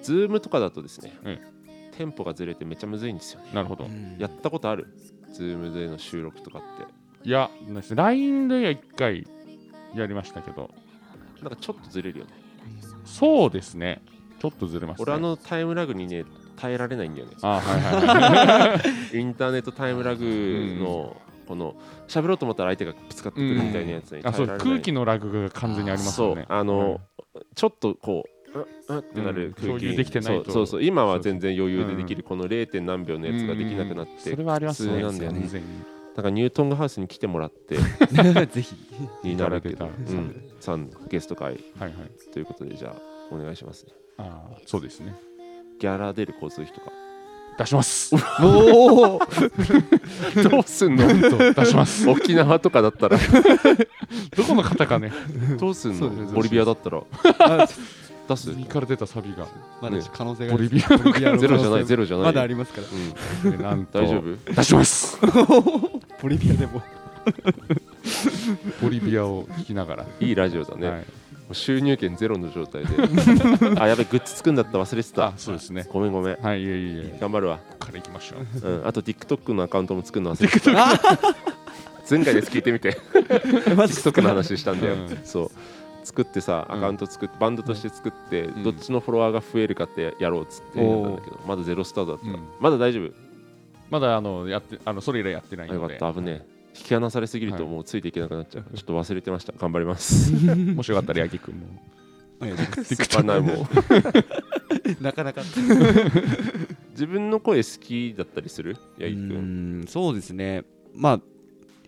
[SPEAKER 1] ズームとかだとですね、
[SPEAKER 2] うん
[SPEAKER 1] テンポがずれてめちゃむずいんですよね
[SPEAKER 2] なるほど、
[SPEAKER 1] やったことあるズームでの収録とかっ
[SPEAKER 2] いや、ないです LINE で一回やりましたけど、
[SPEAKER 1] てなんかちょっとずれるよね
[SPEAKER 2] そうですね、ちょっとずれますね。
[SPEAKER 1] 俺あのタイムラグにね耐えられないんだよね
[SPEAKER 2] あはいはいはい。
[SPEAKER 1] インターネットタイムラグのこの喋ろうと思ったら相手がぶつかってくるみたいなやつに耐
[SPEAKER 2] あそ
[SPEAKER 1] え
[SPEAKER 2] う
[SPEAKER 1] られない
[SPEAKER 2] 空気のラグが完全にありますよね。
[SPEAKER 1] そうあの、ちょっとこううんうんってな
[SPEAKER 2] うん
[SPEAKER 1] る空気、
[SPEAKER 2] 共有できてないと
[SPEAKER 1] そうそうそう今は全然余裕でできるこの 0. 点何秒の
[SPEAKER 2] うん、
[SPEAKER 1] やつができなくなっ
[SPEAKER 2] うん
[SPEAKER 1] て
[SPEAKER 2] それはあります
[SPEAKER 1] 普
[SPEAKER 2] ね。
[SPEAKER 1] 通なんだよね
[SPEAKER 2] 完全に
[SPEAKER 1] だからニュートンがハウスに来てもらって
[SPEAKER 3] ぜひ。
[SPEAKER 1] になるけど、う
[SPEAKER 2] 出た出た
[SPEAKER 1] ん、さんゲスト会
[SPEAKER 2] はいはい。
[SPEAKER 1] ということでじゃあお願いしますね
[SPEAKER 2] あーそうですね。
[SPEAKER 1] ギャラ出る交通費と
[SPEAKER 2] 出します。
[SPEAKER 3] おお。
[SPEAKER 1] かどうすんの
[SPEAKER 2] 出 します。
[SPEAKER 1] 沖縄とかだった ら
[SPEAKER 2] どこの方かね、
[SPEAKER 1] どうすん
[SPEAKER 3] そ
[SPEAKER 1] の
[SPEAKER 3] うです
[SPEAKER 1] ボリビアだったら 出す
[SPEAKER 2] 次から出たサビが、
[SPEAKER 3] まだ可能性が
[SPEAKER 2] ボ
[SPEAKER 3] あ
[SPEAKER 2] リ
[SPEAKER 3] る。
[SPEAKER 2] ビアの
[SPEAKER 3] ビア
[SPEAKER 1] ゼロじゃないゼロじゃない
[SPEAKER 3] まだありますから。
[SPEAKER 1] うん
[SPEAKER 2] 方でなんと
[SPEAKER 1] 大丈夫
[SPEAKER 2] 出します。
[SPEAKER 3] ボリビアで も。
[SPEAKER 2] ボリビアを聞きながら。
[SPEAKER 1] いいラジオだね、
[SPEAKER 2] はい、
[SPEAKER 1] 収入権ゼロの状 態であやべグッズ作んだった忘れてた
[SPEAKER 2] あそうですね。
[SPEAKER 1] ごめんごめん
[SPEAKER 2] はい、いえいえいえ、こ
[SPEAKER 1] 頑張るわ、
[SPEAKER 2] こから行きましょう。
[SPEAKER 1] うん、あと TikTok のアカウントも作るの忘れてた 前回です聞いてみて
[SPEAKER 3] マジ
[SPEAKER 1] TikTok の話したんだよ、
[SPEAKER 2] うん
[SPEAKER 1] そう作ってさ
[SPEAKER 2] うん
[SPEAKER 1] アカウント作って、バンドとして作って、
[SPEAKER 2] ん
[SPEAKER 1] どっちのフォロワーが増えるかってやろうっつってやったんだけどまだゼロスタートだった、
[SPEAKER 2] うん
[SPEAKER 1] まだ大丈夫
[SPEAKER 2] まだあのやってあのそれ以来やってない
[SPEAKER 1] あよか
[SPEAKER 2] の
[SPEAKER 1] っ
[SPEAKER 2] で、
[SPEAKER 1] た危ねえ引き離されすぎる
[SPEAKER 2] は
[SPEAKER 1] と
[SPEAKER 2] い
[SPEAKER 1] もうついていけなくなっちゃう、 ちょっと忘れてました頑張ります
[SPEAKER 2] もしよかったら八木君も。
[SPEAKER 1] まあない もう
[SPEAKER 3] なかなか。
[SPEAKER 1] 自分の声好きだったりする八木
[SPEAKER 3] う
[SPEAKER 1] 君
[SPEAKER 3] んそうですね。まあ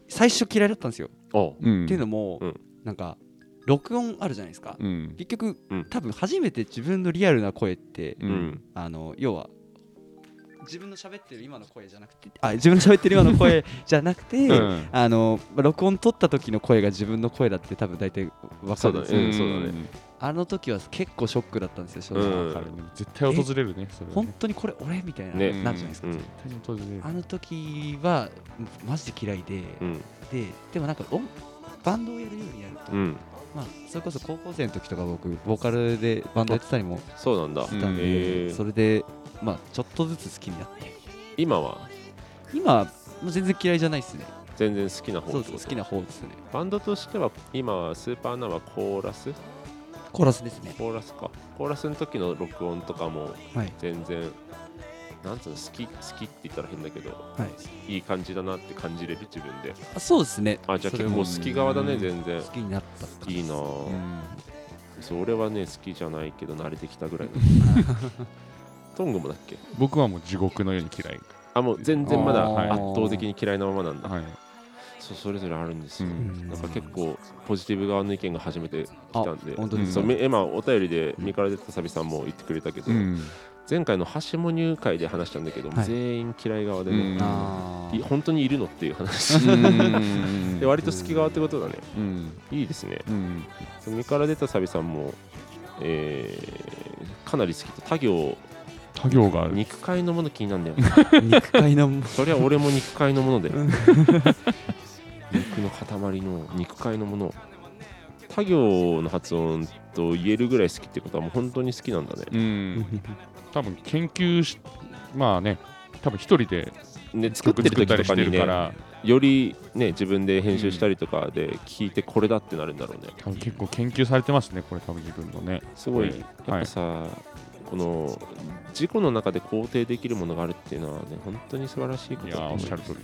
[SPEAKER 3] 最初嫌いだったんですよ。
[SPEAKER 1] お
[SPEAKER 2] うん
[SPEAKER 3] っていうのも
[SPEAKER 1] うん
[SPEAKER 3] なんか録音あるじゃないですか。
[SPEAKER 2] うん
[SPEAKER 3] 結局
[SPEAKER 1] うん
[SPEAKER 3] 多分初めて自分のリアルな声って
[SPEAKER 1] う
[SPEAKER 2] うんん、
[SPEAKER 3] あの要は自分の喋ってる今の声じゃなくてあ自分の喋ってる今の声じゃなくて、
[SPEAKER 2] うん
[SPEAKER 3] あのまあ録音取った時の声が自分の声だって多分大体分か
[SPEAKER 1] そう
[SPEAKER 3] るん
[SPEAKER 1] だ
[SPEAKER 3] で
[SPEAKER 1] ね
[SPEAKER 3] すよ、
[SPEAKER 1] うんそうだね
[SPEAKER 3] あの時は結構ショックだったんですよ正
[SPEAKER 1] う
[SPEAKER 3] 直、
[SPEAKER 1] ん
[SPEAKER 2] わかるね絶対訪れるねそれは
[SPEAKER 3] 本
[SPEAKER 2] ね
[SPEAKER 3] 当にこれ俺みたいな、
[SPEAKER 1] ね
[SPEAKER 3] なんじゃないですか、
[SPEAKER 1] うん
[SPEAKER 2] 絶対に訪れる
[SPEAKER 3] あの時はマジで嫌いで、
[SPEAKER 1] うん
[SPEAKER 3] ででもなんか音バンドをやるようになると、
[SPEAKER 1] うん
[SPEAKER 3] まあ、それこそ高校生の時とか僕ボーカルでバンドやってたりも
[SPEAKER 1] そうなんだ
[SPEAKER 3] してたん
[SPEAKER 2] うん
[SPEAKER 3] で、
[SPEAKER 1] へー
[SPEAKER 3] それで、まあ、ちょっとずつ好きになって
[SPEAKER 1] 今は
[SPEAKER 3] 今もう全然嫌いじゃないですね
[SPEAKER 1] 全然好きな方
[SPEAKER 3] そ
[SPEAKER 1] っ
[SPEAKER 3] う
[SPEAKER 1] て
[SPEAKER 3] で
[SPEAKER 1] こ
[SPEAKER 3] す
[SPEAKER 1] と
[SPEAKER 3] 好きな方ですね
[SPEAKER 1] バンドとしては今はスーパーアナはコーラス
[SPEAKER 3] コーラスですね
[SPEAKER 1] コーラスかコーラスの時の録音とかも
[SPEAKER 3] はい
[SPEAKER 1] 全然なんつうの好き好きって言ったら変だけど
[SPEAKER 3] はい
[SPEAKER 1] いい感じだなって感じれる自分で
[SPEAKER 3] あそうですね
[SPEAKER 1] あじゃあ
[SPEAKER 3] それ
[SPEAKER 1] 結構
[SPEAKER 3] も
[SPEAKER 1] 好き側だね
[SPEAKER 2] うん
[SPEAKER 1] 全然
[SPEAKER 3] 好きになったって感じ
[SPEAKER 1] いい
[SPEAKER 3] です
[SPEAKER 1] な
[SPEAKER 2] う
[SPEAKER 1] ぁ
[SPEAKER 2] ん
[SPEAKER 1] そう俺はね好きじゃないけど慣れてきたぐ らいなトングもだっけ
[SPEAKER 2] 僕はもう地獄のように嫌い
[SPEAKER 1] あもう全然まだ
[SPEAKER 3] あー
[SPEAKER 1] 圧倒的に嫌いなままなんだ
[SPEAKER 2] はい
[SPEAKER 1] そうそれぞれあるんですよ、
[SPEAKER 2] うん
[SPEAKER 1] なんか結構ポジティブ側の意見が初めて来たんで
[SPEAKER 3] あ本当です
[SPEAKER 1] そ
[SPEAKER 3] か
[SPEAKER 1] うめ今お便りで身から出たサビさんも言ってくれたけど、
[SPEAKER 2] うん
[SPEAKER 1] 前回の橋も入会で話したんだけど、
[SPEAKER 3] はい
[SPEAKER 1] 全員嫌い側でね、
[SPEAKER 2] うん
[SPEAKER 3] あー
[SPEAKER 1] い本当にいるのっていう 話で割と好き側ってことだね
[SPEAKER 2] うん
[SPEAKER 1] いいですね
[SPEAKER 2] うん
[SPEAKER 1] その身から出たサビさんも、えーかなり好きと他行
[SPEAKER 2] 他行がある
[SPEAKER 1] 肉塊のもの気になるんだよね
[SPEAKER 3] 肉塊のも
[SPEAKER 1] そりゃ俺も肉塊のもので 肉の塊の肉塊のもの他行の発音と言えるぐらい好きってことはもう本当に好きなんだね
[SPEAKER 2] うん多分研究しまあね多分一人で
[SPEAKER 1] で作っ
[SPEAKER 2] 曲
[SPEAKER 1] て
[SPEAKER 2] 作
[SPEAKER 1] る
[SPEAKER 2] っ
[SPEAKER 1] 時
[SPEAKER 2] たり
[SPEAKER 1] と
[SPEAKER 2] し
[SPEAKER 1] か
[SPEAKER 2] て
[SPEAKER 1] に
[SPEAKER 2] る
[SPEAKER 1] ね
[SPEAKER 2] から
[SPEAKER 1] よりね自分で編集したりとかで聞いてこれだってなるんだろうね
[SPEAKER 2] 多分結構研究されてますね、これ多分自分のね。
[SPEAKER 1] すごい
[SPEAKER 2] うん
[SPEAKER 1] やっぱさ、この事故の中で肯定できるものがあるっていうのはね本当に素晴らしいこと
[SPEAKER 2] いや
[SPEAKER 1] だと
[SPEAKER 2] ー、お
[SPEAKER 1] 思
[SPEAKER 2] っ
[SPEAKER 1] う
[SPEAKER 2] しゃる通り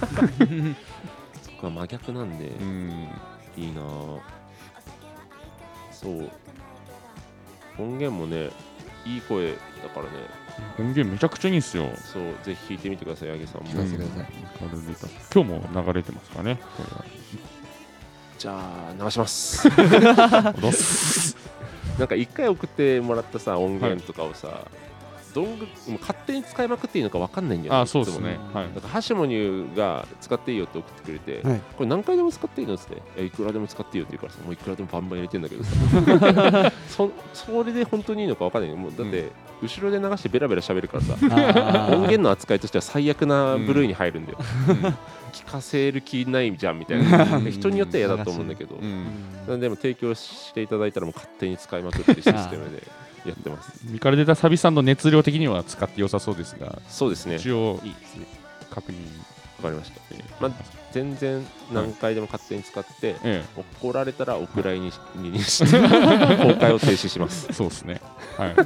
[SPEAKER 2] です。
[SPEAKER 1] 僕は真逆なんで、
[SPEAKER 2] うん。
[SPEAKER 1] いいなぁそう音源もねいい声だからね
[SPEAKER 2] 音源めちゃくちゃいいんですよ。
[SPEAKER 1] そうぜひ聞いてみてください八木さんも
[SPEAKER 3] 聞かせてください
[SPEAKER 2] うんカルディタ今日も流れてますかね。これは
[SPEAKER 1] じゃあ流します なんか一回送ってもらったさ音源とかをさ、どんぐもう勝手に使いまくっていいのかわかんないんだよ
[SPEAKER 2] あ、そうです
[SPEAKER 1] い
[SPEAKER 2] ね。はい。
[SPEAKER 1] つもなんかハシモニューが使っていいよって送ってくれて、
[SPEAKER 3] はい
[SPEAKER 1] これ何回でも使っていいのっつってえいくらでも使っていいよって言うからさもういくらでもバンバン入れてんだけどさ そそれで本当にいいのかわかんないよもうだって、後ろで流してベラベラ喋るからさ音源の扱いとしては最悪な部類に入るんだよ、聞かせる気ないじゃんみたいな
[SPEAKER 2] うん
[SPEAKER 1] 人によっては嫌だと思うんだけど、
[SPEAKER 2] う
[SPEAKER 3] うん
[SPEAKER 2] ん
[SPEAKER 1] なんでも提供していただいたらもう勝手に使いまくってるシステムでやってます
[SPEAKER 2] ミカルデータサビさんの熱量的には使って良さそうですが、
[SPEAKER 1] そうですね
[SPEAKER 2] 一応
[SPEAKER 1] いいですね
[SPEAKER 2] 確認。
[SPEAKER 1] わかりましたまあ全然何回でも勝手に使って、
[SPEAKER 2] え
[SPEAKER 1] 怒られたらお蔵入りにしにして 公開を停止します
[SPEAKER 2] え、そうですね。はい。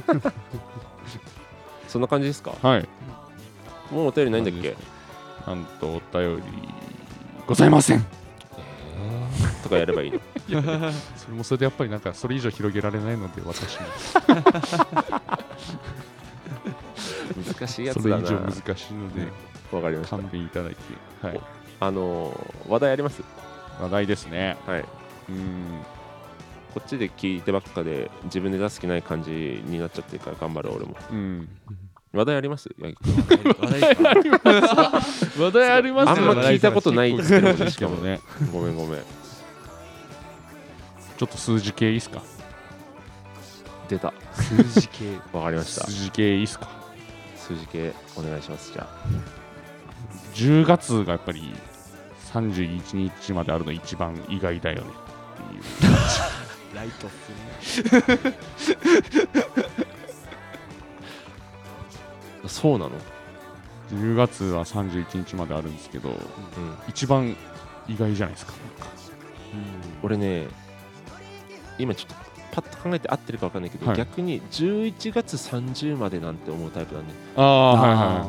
[SPEAKER 1] そんな感じですか
[SPEAKER 2] はい。
[SPEAKER 1] もうお便りないんだっけ
[SPEAKER 2] なんと、お便りございません。
[SPEAKER 1] とかやればいいの
[SPEAKER 2] それもそれでやっぱりなんか、それ以上広げられないので、私も。
[SPEAKER 1] 難しいや
[SPEAKER 2] そ
[SPEAKER 1] つ
[SPEAKER 2] れ
[SPEAKER 1] だ
[SPEAKER 2] 以
[SPEAKER 1] な
[SPEAKER 2] 上難しいので、
[SPEAKER 1] わかりました
[SPEAKER 2] 勘弁いただき、はい、
[SPEAKER 1] あのー話題あります
[SPEAKER 2] 話題ですね。
[SPEAKER 1] はい
[SPEAKER 2] うん。
[SPEAKER 1] こっちで聞いてばっかで自分で出す気ない感じになっちゃってるから頑張る俺も
[SPEAKER 2] うん、
[SPEAKER 1] 話題あります八木君
[SPEAKER 2] 話題あり
[SPEAKER 1] あ
[SPEAKER 2] ま
[SPEAKER 1] ん
[SPEAKER 2] す
[SPEAKER 1] ま
[SPEAKER 2] よ
[SPEAKER 1] 聞いたことないですけどねし
[SPEAKER 2] しか
[SPEAKER 1] か
[SPEAKER 2] も
[SPEAKER 1] もね
[SPEAKER 2] ね、
[SPEAKER 1] ごめんごめん
[SPEAKER 2] ちょっと数字系いいっすか
[SPEAKER 1] 出た
[SPEAKER 3] 数字系
[SPEAKER 1] わかりました
[SPEAKER 2] 数字系いいっすか
[SPEAKER 1] 数字系お願いしますじゃあ
[SPEAKER 2] ?10 月がやっぱり31日まであるの一番意外だよねっていう。
[SPEAKER 3] ライトっすね
[SPEAKER 1] そうなの
[SPEAKER 2] 10月は31日まであるんですけど、
[SPEAKER 1] うん
[SPEAKER 2] 一番意外じゃないですか。
[SPEAKER 1] 俺ね今ちょっとパッと考えて合ってるかわかんないけど、
[SPEAKER 2] はい
[SPEAKER 1] 逆に11月30までなんて思うタイプだね
[SPEAKER 2] ああ、はいはい。
[SPEAKER 3] あ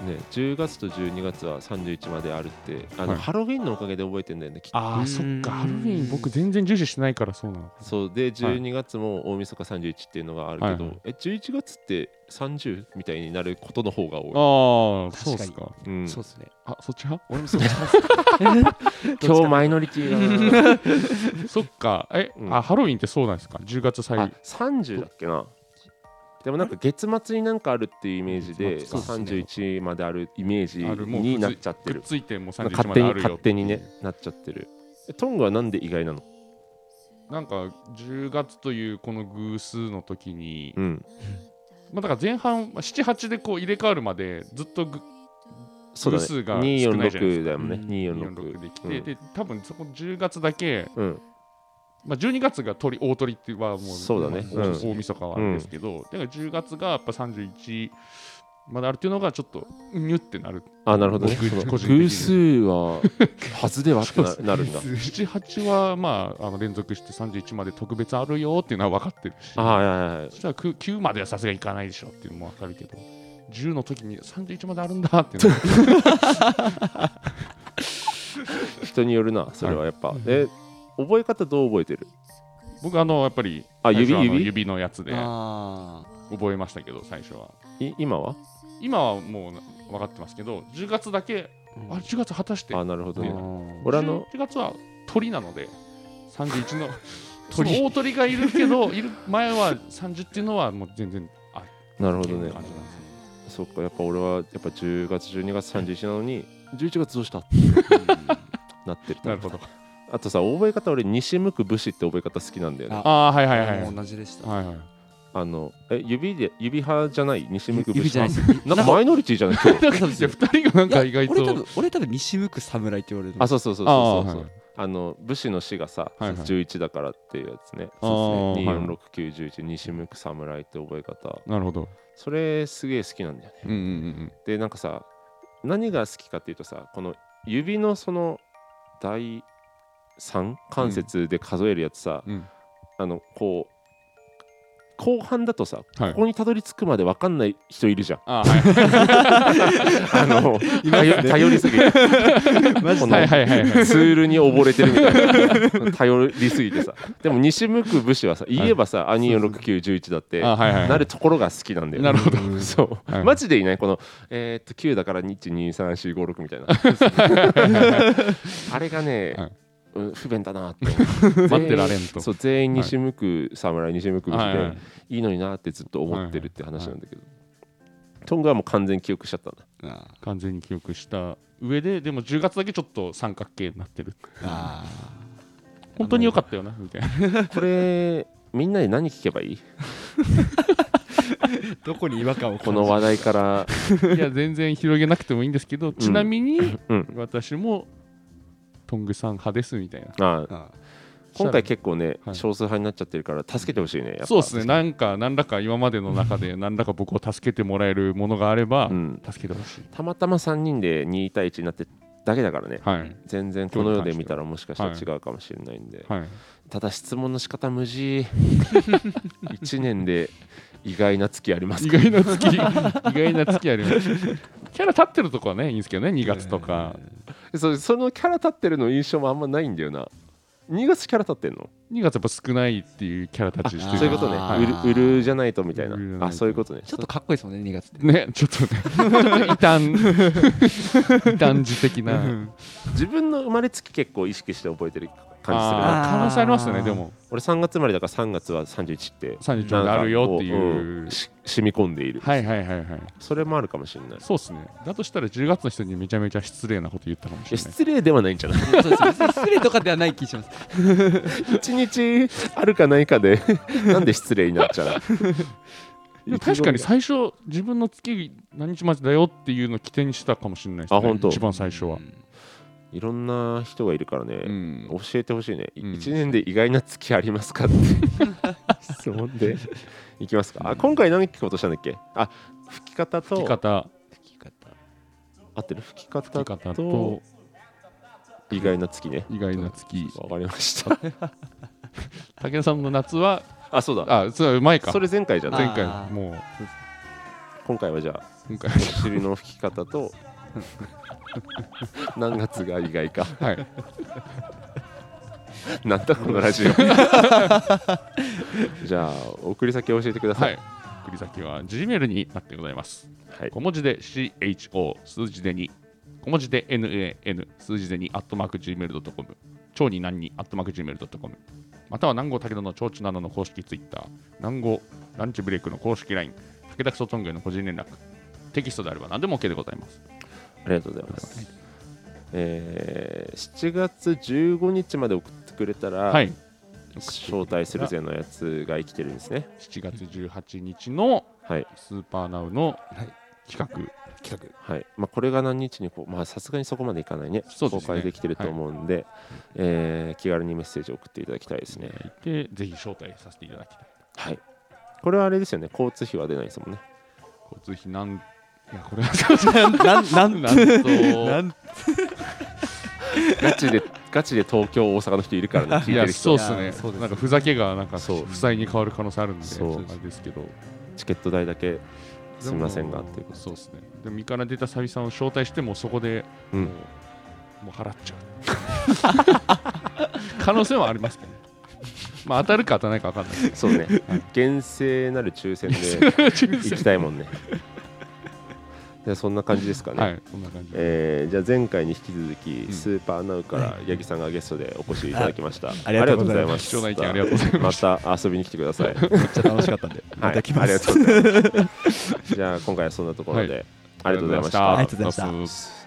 [SPEAKER 1] ね10月と12月は31まであるってあの、
[SPEAKER 2] はい
[SPEAKER 1] ハロウィンのおかげで覚えてんだよねきっと
[SPEAKER 2] ああ、そっか、
[SPEAKER 3] うん
[SPEAKER 2] ハロウィン僕全然重視してないからそうなの。
[SPEAKER 1] そうで12月も大晦日31っていうのがあるけど、
[SPEAKER 2] はいはい
[SPEAKER 1] え11月って30みたいになることの方が多い、
[SPEAKER 2] ああ、
[SPEAKER 3] 確
[SPEAKER 2] そ
[SPEAKER 3] か
[SPEAKER 2] う
[SPEAKER 3] に
[SPEAKER 2] っす
[SPEAKER 1] うん、
[SPEAKER 2] か。
[SPEAKER 3] そうっすね
[SPEAKER 2] あ、そっち派
[SPEAKER 1] 俺もそうします 今日マイノリティだな
[SPEAKER 2] そっか、え、
[SPEAKER 1] うん
[SPEAKER 2] あ、ハロウィンってそうなんですか ?10 月 最
[SPEAKER 1] あ
[SPEAKER 2] 後。
[SPEAKER 1] 30だっけなでもなんか月末になんかあるっていうイメージで
[SPEAKER 2] 月末
[SPEAKER 3] か
[SPEAKER 1] 31まであるイメージ
[SPEAKER 2] あるもう
[SPEAKER 1] になっちゃって
[SPEAKER 2] くっ
[SPEAKER 1] る
[SPEAKER 2] ついてもう
[SPEAKER 1] なんか勝
[SPEAKER 2] 31ま
[SPEAKER 1] 手
[SPEAKER 2] で
[SPEAKER 1] に
[SPEAKER 2] ある
[SPEAKER 1] 勝
[SPEAKER 2] よ。
[SPEAKER 1] 手にねなっちゃってるえトングはなんで意外なの
[SPEAKER 2] なんか10月というこの偶数の時に、
[SPEAKER 1] うん
[SPEAKER 2] まあだから前半78でこう入れ替わるまでずっとぐ
[SPEAKER 1] そうだね
[SPEAKER 2] 偶数が少ないじゃないです
[SPEAKER 1] 246だよね
[SPEAKER 3] うん
[SPEAKER 1] 246
[SPEAKER 2] 46で来て、で多分そこ10月だけ、
[SPEAKER 1] うん
[SPEAKER 2] まあ、12月が鳥大鳥ってはもう
[SPEAKER 1] そうだね
[SPEAKER 2] まあ大
[SPEAKER 1] うん
[SPEAKER 2] 大晦日はあるんですけど、だから10月がやっぱ31まであるっていうのがちょっとニュってなる
[SPEAKER 1] あなるほどね
[SPEAKER 2] 僕
[SPEAKER 1] その
[SPEAKER 2] 個人的に
[SPEAKER 1] 偶数ははずではってななるんだ
[SPEAKER 2] 78はまああの連続して31まで特別あるよっていうのは分かってるし
[SPEAKER 1] あはいはいはい
[SPEAKER 2] そしたら 9, 9まではさすがにいかないでしょっていうのも分かるけど10の時に31まであるんだっ ていうのが
[SPEAKER 1] 人によるなそれはやっぱえ覚え方どう覚えてる
[SPEAKER 2] 僕あのやっぱり
[SPEAKER 1] あ
[SPEAKER 2] 最初は
[SPEAKER 1] 指
[SPEAKER 2] の
[SPEAKER 1] 指
[SPEAKER 2] 指のやつで
[SPEAKER 3] あ
[SPEAKER 2] 覚えましたけど最初はい
[SPEAKER 1] 今は
[SPEAKER 2] 今はもう分かってますけど10月だけあ10月果たして
[SPEAKER 1] あなるほど
[SPEAKER 2] ね
[SPEAKER 1] ね
[SPEAKER 3] あ
[SPEAKER 1] 俺あの
[SPEAKER 2] 11月は鳥なので31の
[SPEAKER 3] 鳥
[SPEAKER 2] その大鳥がいるけどいる前は30っていうのはもう全然あ
[SPEAKER 1] なるほ
[SPEAKER 2] ってい
[SPEAKER 1] ど
[SPEAKER 2] う
[SPEAKER 1] ね
[SPEAKER 2] 感じなんですね
[SPEAKER 1] そっかやっぱ俺はやっぱ10月12月31なのに11月どうしたってなってる
[SPEAKER 2] なるほど
[SPEAKER 1] あとさ覚え方俺西向く武士って覚え方好きなんだよね
[SPEAKER 3] あ
[SPEAKER 2] ああーはいはいはいはい
[SPEAKER 3] 同じでした
[SPEAKER 2] はい
[SPEAKER 1] あのえ指で指派じゃない西向く武
[SPEAKER 3] 指
[SPEAKER 1] 士
[SPEAKER 3] じゃないです
[SPEAKER 1] なんかマイノリティじゃない今日
[SPEAKER 2] だからいや2人がなんか意外
[SPEAKER 3] 俺多
[SPEAKER 2] と
[SPEAKER 3] 分俺多分西向く侍って言われる
[SPEAKER 1] あそうそうそう
[SPEAKER 2] あ
[SPEAKER 1] そうそ
[SPEAKER 2] ー
[SPEAKER 1] う
[SPEAKER 2] は
[SPEAKER 1] そう
[SPEAKER 2] い
[SPEAKER 1] あの武士の死がさ、
[SPEAKER 2] はいはい
[SPEAKER 1] 11だからっていうやつね
[SPEAKER 2] あー
[SPEAKER 1] そうですね
[SPEAKER 2] はい
[SPEAKER 1] 24691西向く侍って覚え方
[SPEAKER 2] なるほど
[SPEAKER 1] それすげえ好きなんだよね
[SPEAKER 2] うんうんうん
[SPEAKER 1] でなんかさ何が好きかっていうとさこの指のその第3関節で数えるやつさ、
[SPEAKER 2] うん
[SPEAKER 1] あのこう後半だとさ、
[SPEAKER 2] はい
[SPEAKER 1] ここにたどり着くまで分かんない人いるじゃん
[SPEAKER 2] あは
[SPEAKER 1] あの頼頼りす ぎて
[SPEAKER 3] マ
[SPEAKER 1] こ
[SPEAKER 2] い
[SPEAKER 1] の
[SPEAKER 2] はいはいはいはい
[SPEAKER 1] ツールに溺れてるみたいな頼りすぎてさでも西向く武士はさ言えばさ、あ246911だって
[SPEAKER 2] あはいはいはい
[SPEAKER 1] なるところが好きなんだよね
[SPEAKER 2] なるほど
[SPEAKER 1] そう、
[SPEAKER 2] はい
[SPEAKER 1] マジでいないこの、えーっと9だから123456みたいな あれがね、
[SPEAKER 2] はい
[SPEAKER 1] うん不便だな って
[SPEAKER 2] 待ってられんと
[SPEAKER 1] そう全員西向く侍、西向く武士で、
[SPEAKER 2] はい
[SPEAKER 1] い
[SPEAKER 2] はいはい
[SPEAKER 1] い、のになってずっと思ってるって話なんだけど、トングはもう完全に記憶しちゃったんだ
[SPEAKER 3] あ
[SPEAKER 2] 完全に記憶した上ででも10月だけちょっと三角形になってる
[SPEAKER 3] あ
[SPEAKER 2] 本当に良かったよなみたいな
[SPEAKER 1] これみんなで何聞けばいい
[SPEAKER 3] ーどこに違和感を
[SPEAKER 1] この話題から
[SPEAKER 2] いや全然広げなくてもいいんですけどちなみに
[SPEAKER 1] うん
[SPEAKER 2] 私もトングさん派ですみたいな
[SPEAKER 1] ああ
[SPEAKER 3] あ
[SPEAKER 1] 今回結構ね、
[SPEAKER 2] はい
[SPEAKER 1] 少数派になっちゃってるから助けてほしいねやっぱ
[SPEAKER 2] そうですねなんか何らか今までの 中で何らか僕を助けてもらえるものがあれば、
[SPEAKER 1] うん
[SPEAKER 2] 助けてほしい
[SPEAKER 1] たまたま3人で2対1になってだけだからね
[SPEAKER 2] はい
[SPEAKER 1] 全然この世で見たらもしかしたら違うかもしれないんで、
[SPEAKER 2] はい
[SPEAKER 1] ただ質問の仕方無 事1年で意外な月あります
[SPEAKER 2] 意
[SPEAKER 1] けど
[SPEAKER 2] 外な月意 外な月ありますキャラ立ってるとこはねいいんですけどね2月とか、
[SPEAKER 1] そうそのキャラ立ってるの印象もあんまないんだよな2月キャラ立ってんの
[SPEAKER 2] 2月やっぱ少ないっていうキャラ立ちして
[SPEAKER 3] あ
[SPEAKER 2] る
[SPEAKER 1] そういうことね
[SPEAKER 3] はいう
[SPEAKER 1] るうるじゃないとみたいな
[SPEAKER 2] うるじゃないと
[SPEAKER 1] あそういうことね
[SPEAKER 4] ちょっとかっこいいですもんね、2月って。
[SPEAKER 2] ねちょっと ねちょっと異端異端児的な感
[SPEAKER 1] 自分の生まれつき結構意識して覚えてる
[SPEAKER 2] じする
[SPEAKER 1] 感じするな
[SPEAKER 3] あー
[SPEAKER 2] 可能性ありますよねでも
[SPEAKER 1] 俺3月生まれだから3月は31って
[SPEAKER 2] 31
[SPEAKER 1] なんか
[SPEAKER 2] あるよっていう
[SPEAKER 1] こんし染み込んでいる、
[SPEAKER 2] はいはいはいはい
[SPEAKER 1] それもあるかもしれないい
[SPEAKER 2] そうっすねだとしたら10月の人にめちゃめちゃ失礼なこと言ったかもし
[SPEAKER 1] や
[SPEAKER 2] れない
[SPEAKER 1] 失礼ではないんじゃない
[SPEAKER 4] そうです別に失礼とかではない気します。
[SPEAKER 1] 1日あるかないかでなんで失礼になっちゃう
[SPEAKER 2] でも確かに最初自分の月何日までだよっていうのを起点にしてたかもしれないです、ね、
[SPEAKER 1] あ本当
[SPEAKER 2] 一番最初は、
[SPEAKER 1] いろんな人がいるからね、
[SPEAKER 2] うん
[SPEAKER 1] 教えてほしいね、い
[SPEAKER 2] うん
[SPEAKER 1] 一1年で意外な月ありますかって質問 でいきますか、あ今回何聞こうとしたんだっけあ吹き方と
[SPEAKER 2] 吹き方
[SPEAKER 4] 吹き方
[SPEAKER 1] 合ってる吹き
[SPEAKER 2] 吹
[SPEAKER 1] 方
[SPEAKER 2] き方
[SPEAKER 1] と
[SPEAKER 2] と
[SPEAKER 1] 意外な月ね
[SPEAKER 2] 意外な月
[SPEAKER 1] わかりました
[SPEAKER 2] 武田さんの夏は
[SPEAKER 1] あそうだ
[SPEAKER 2] あそれは前か
[SPEAKER 1] それ前回じゃない
[SPEAKER 2] 前回
[SPEAKER 3] あー
[SPEAKER 2] もう
[SPEAKER 1] 今回はじゃあ
[SPEAKER 2] 今回
[SPEAKER 1] お尻の吹き方 と何月が意外か
[SPEAKER 2] はい
[SPEAKER 1] なんだこのラジ オじゃあ送り先教えてくださ、
[SPEAKER 2] はいい送り先は G メールになってございます
[SPEAKER 1] はい
[SPEAKER 2] 小文字で CHO 数字で2小文字で NAN 数字で2アットマーク Gmail.com 超に何にアットマーク Gmail.com または南郷武田の超知などの公式ツイッター南郷ランチブレイクの公式 LINE 武田クソトングへの個人連絡テキストであれば何でも OK でございます
[SPEAKER 1] ありがとうございます、えー7月15日まで送ってくれたら、
[SPEAKER 2] はい
[SPEAKER 1] 招待するぜのやつが生きてるんですね
[SPEAKER 2] 7月18日の
[SPEAKER 1] はい
[SPEAKER 2] スーパーナウの
[SPEAKER 3] い
[SPEAKER 2] 企画
[SPEAKER 3] 企画
[SPEAKER 1] はいまあ、これが何日にこうまあさすがにそこまでいかないね
[SPEAKER 2] そうで
[SPEAKER 1] 公
[SPEAKER 2] すね
[SPEAKER 1] 開できてると思うんで、えー気軽にメッセージを送っていただきたいですね
[SPEAKER 2] でぜひ招待させていただきたい
[SPEAKER 1] はいこれはあれですよね交通費は出ないですもんね
[SPEAKER 2] 交通費なんいやこれは
[SPEAKER 3] なんなん
[SPEAKER 2] なん と
[SPEAKER 3] なん
[SPEAKER 1] ガチでガチで東京大阪の人いるからね聞い
[SPEAKER 2] い
[SPEAKER 1] て
[SPEAKER 2] や
[SPEAKER 1] る
[SPEAKER 2] そう
[SPEAKER 1] 人
[SPEAKER 2] っす
[SPEAKER 3] い
[SPEAKER 2] ね
[SPEAKER 3] やそうです
[SPEAKER 2] なんかふざけがなんか
[SPEAKER 1] そう
[SPEAKER 2] 負債に変わる可能性あるんで
[SPEAKER 1] そう
[SPEAKER 2] あれですけど
[SPEAKER 1] チケット代だけすみませんがっていうこと
[SPEAKER 2] そうですねでも身から出たサビさんを招待してもそこで
[SPEAKER 1] うん
[SPEAKER 2] もうもう払っちゃう 可能性はありますけどねまあ当たるか当たらないか分かんない
[SPEAKER 1] そうね厳正なる抽選で行きたいもんねじゃあそんな感じですかね、
[SPEAKER 2] はいそんな感じで
[SPEAKER 1] えーじゃあ前回に引き続き、
[SPEAKER 2] ん
[SPEAKER 1] スーパーナウから八木さんがゲストでお越しいただきましたあ
[SPEAKER 3] ありがとうござい
[SPEAKER 1] ま
[SPEAKER 3] ます
[SPEAKER 2] 貴重な意見ありがとうございま
[SPEAKER 1] また遊びに来てくだ さい
[SPEAKER 3] めっちゃ楽しかったんで、また来ます
[SPEAKER 1] はい、ありがとうございますじゃあ今回はそんなところで、
[SPEAKER 2] はい
[SPEAKER 1] ありがとうございました、
[SPEAKER 3] ありがとうございました
[SPEAKER 2] す
[SPEAKER 1] す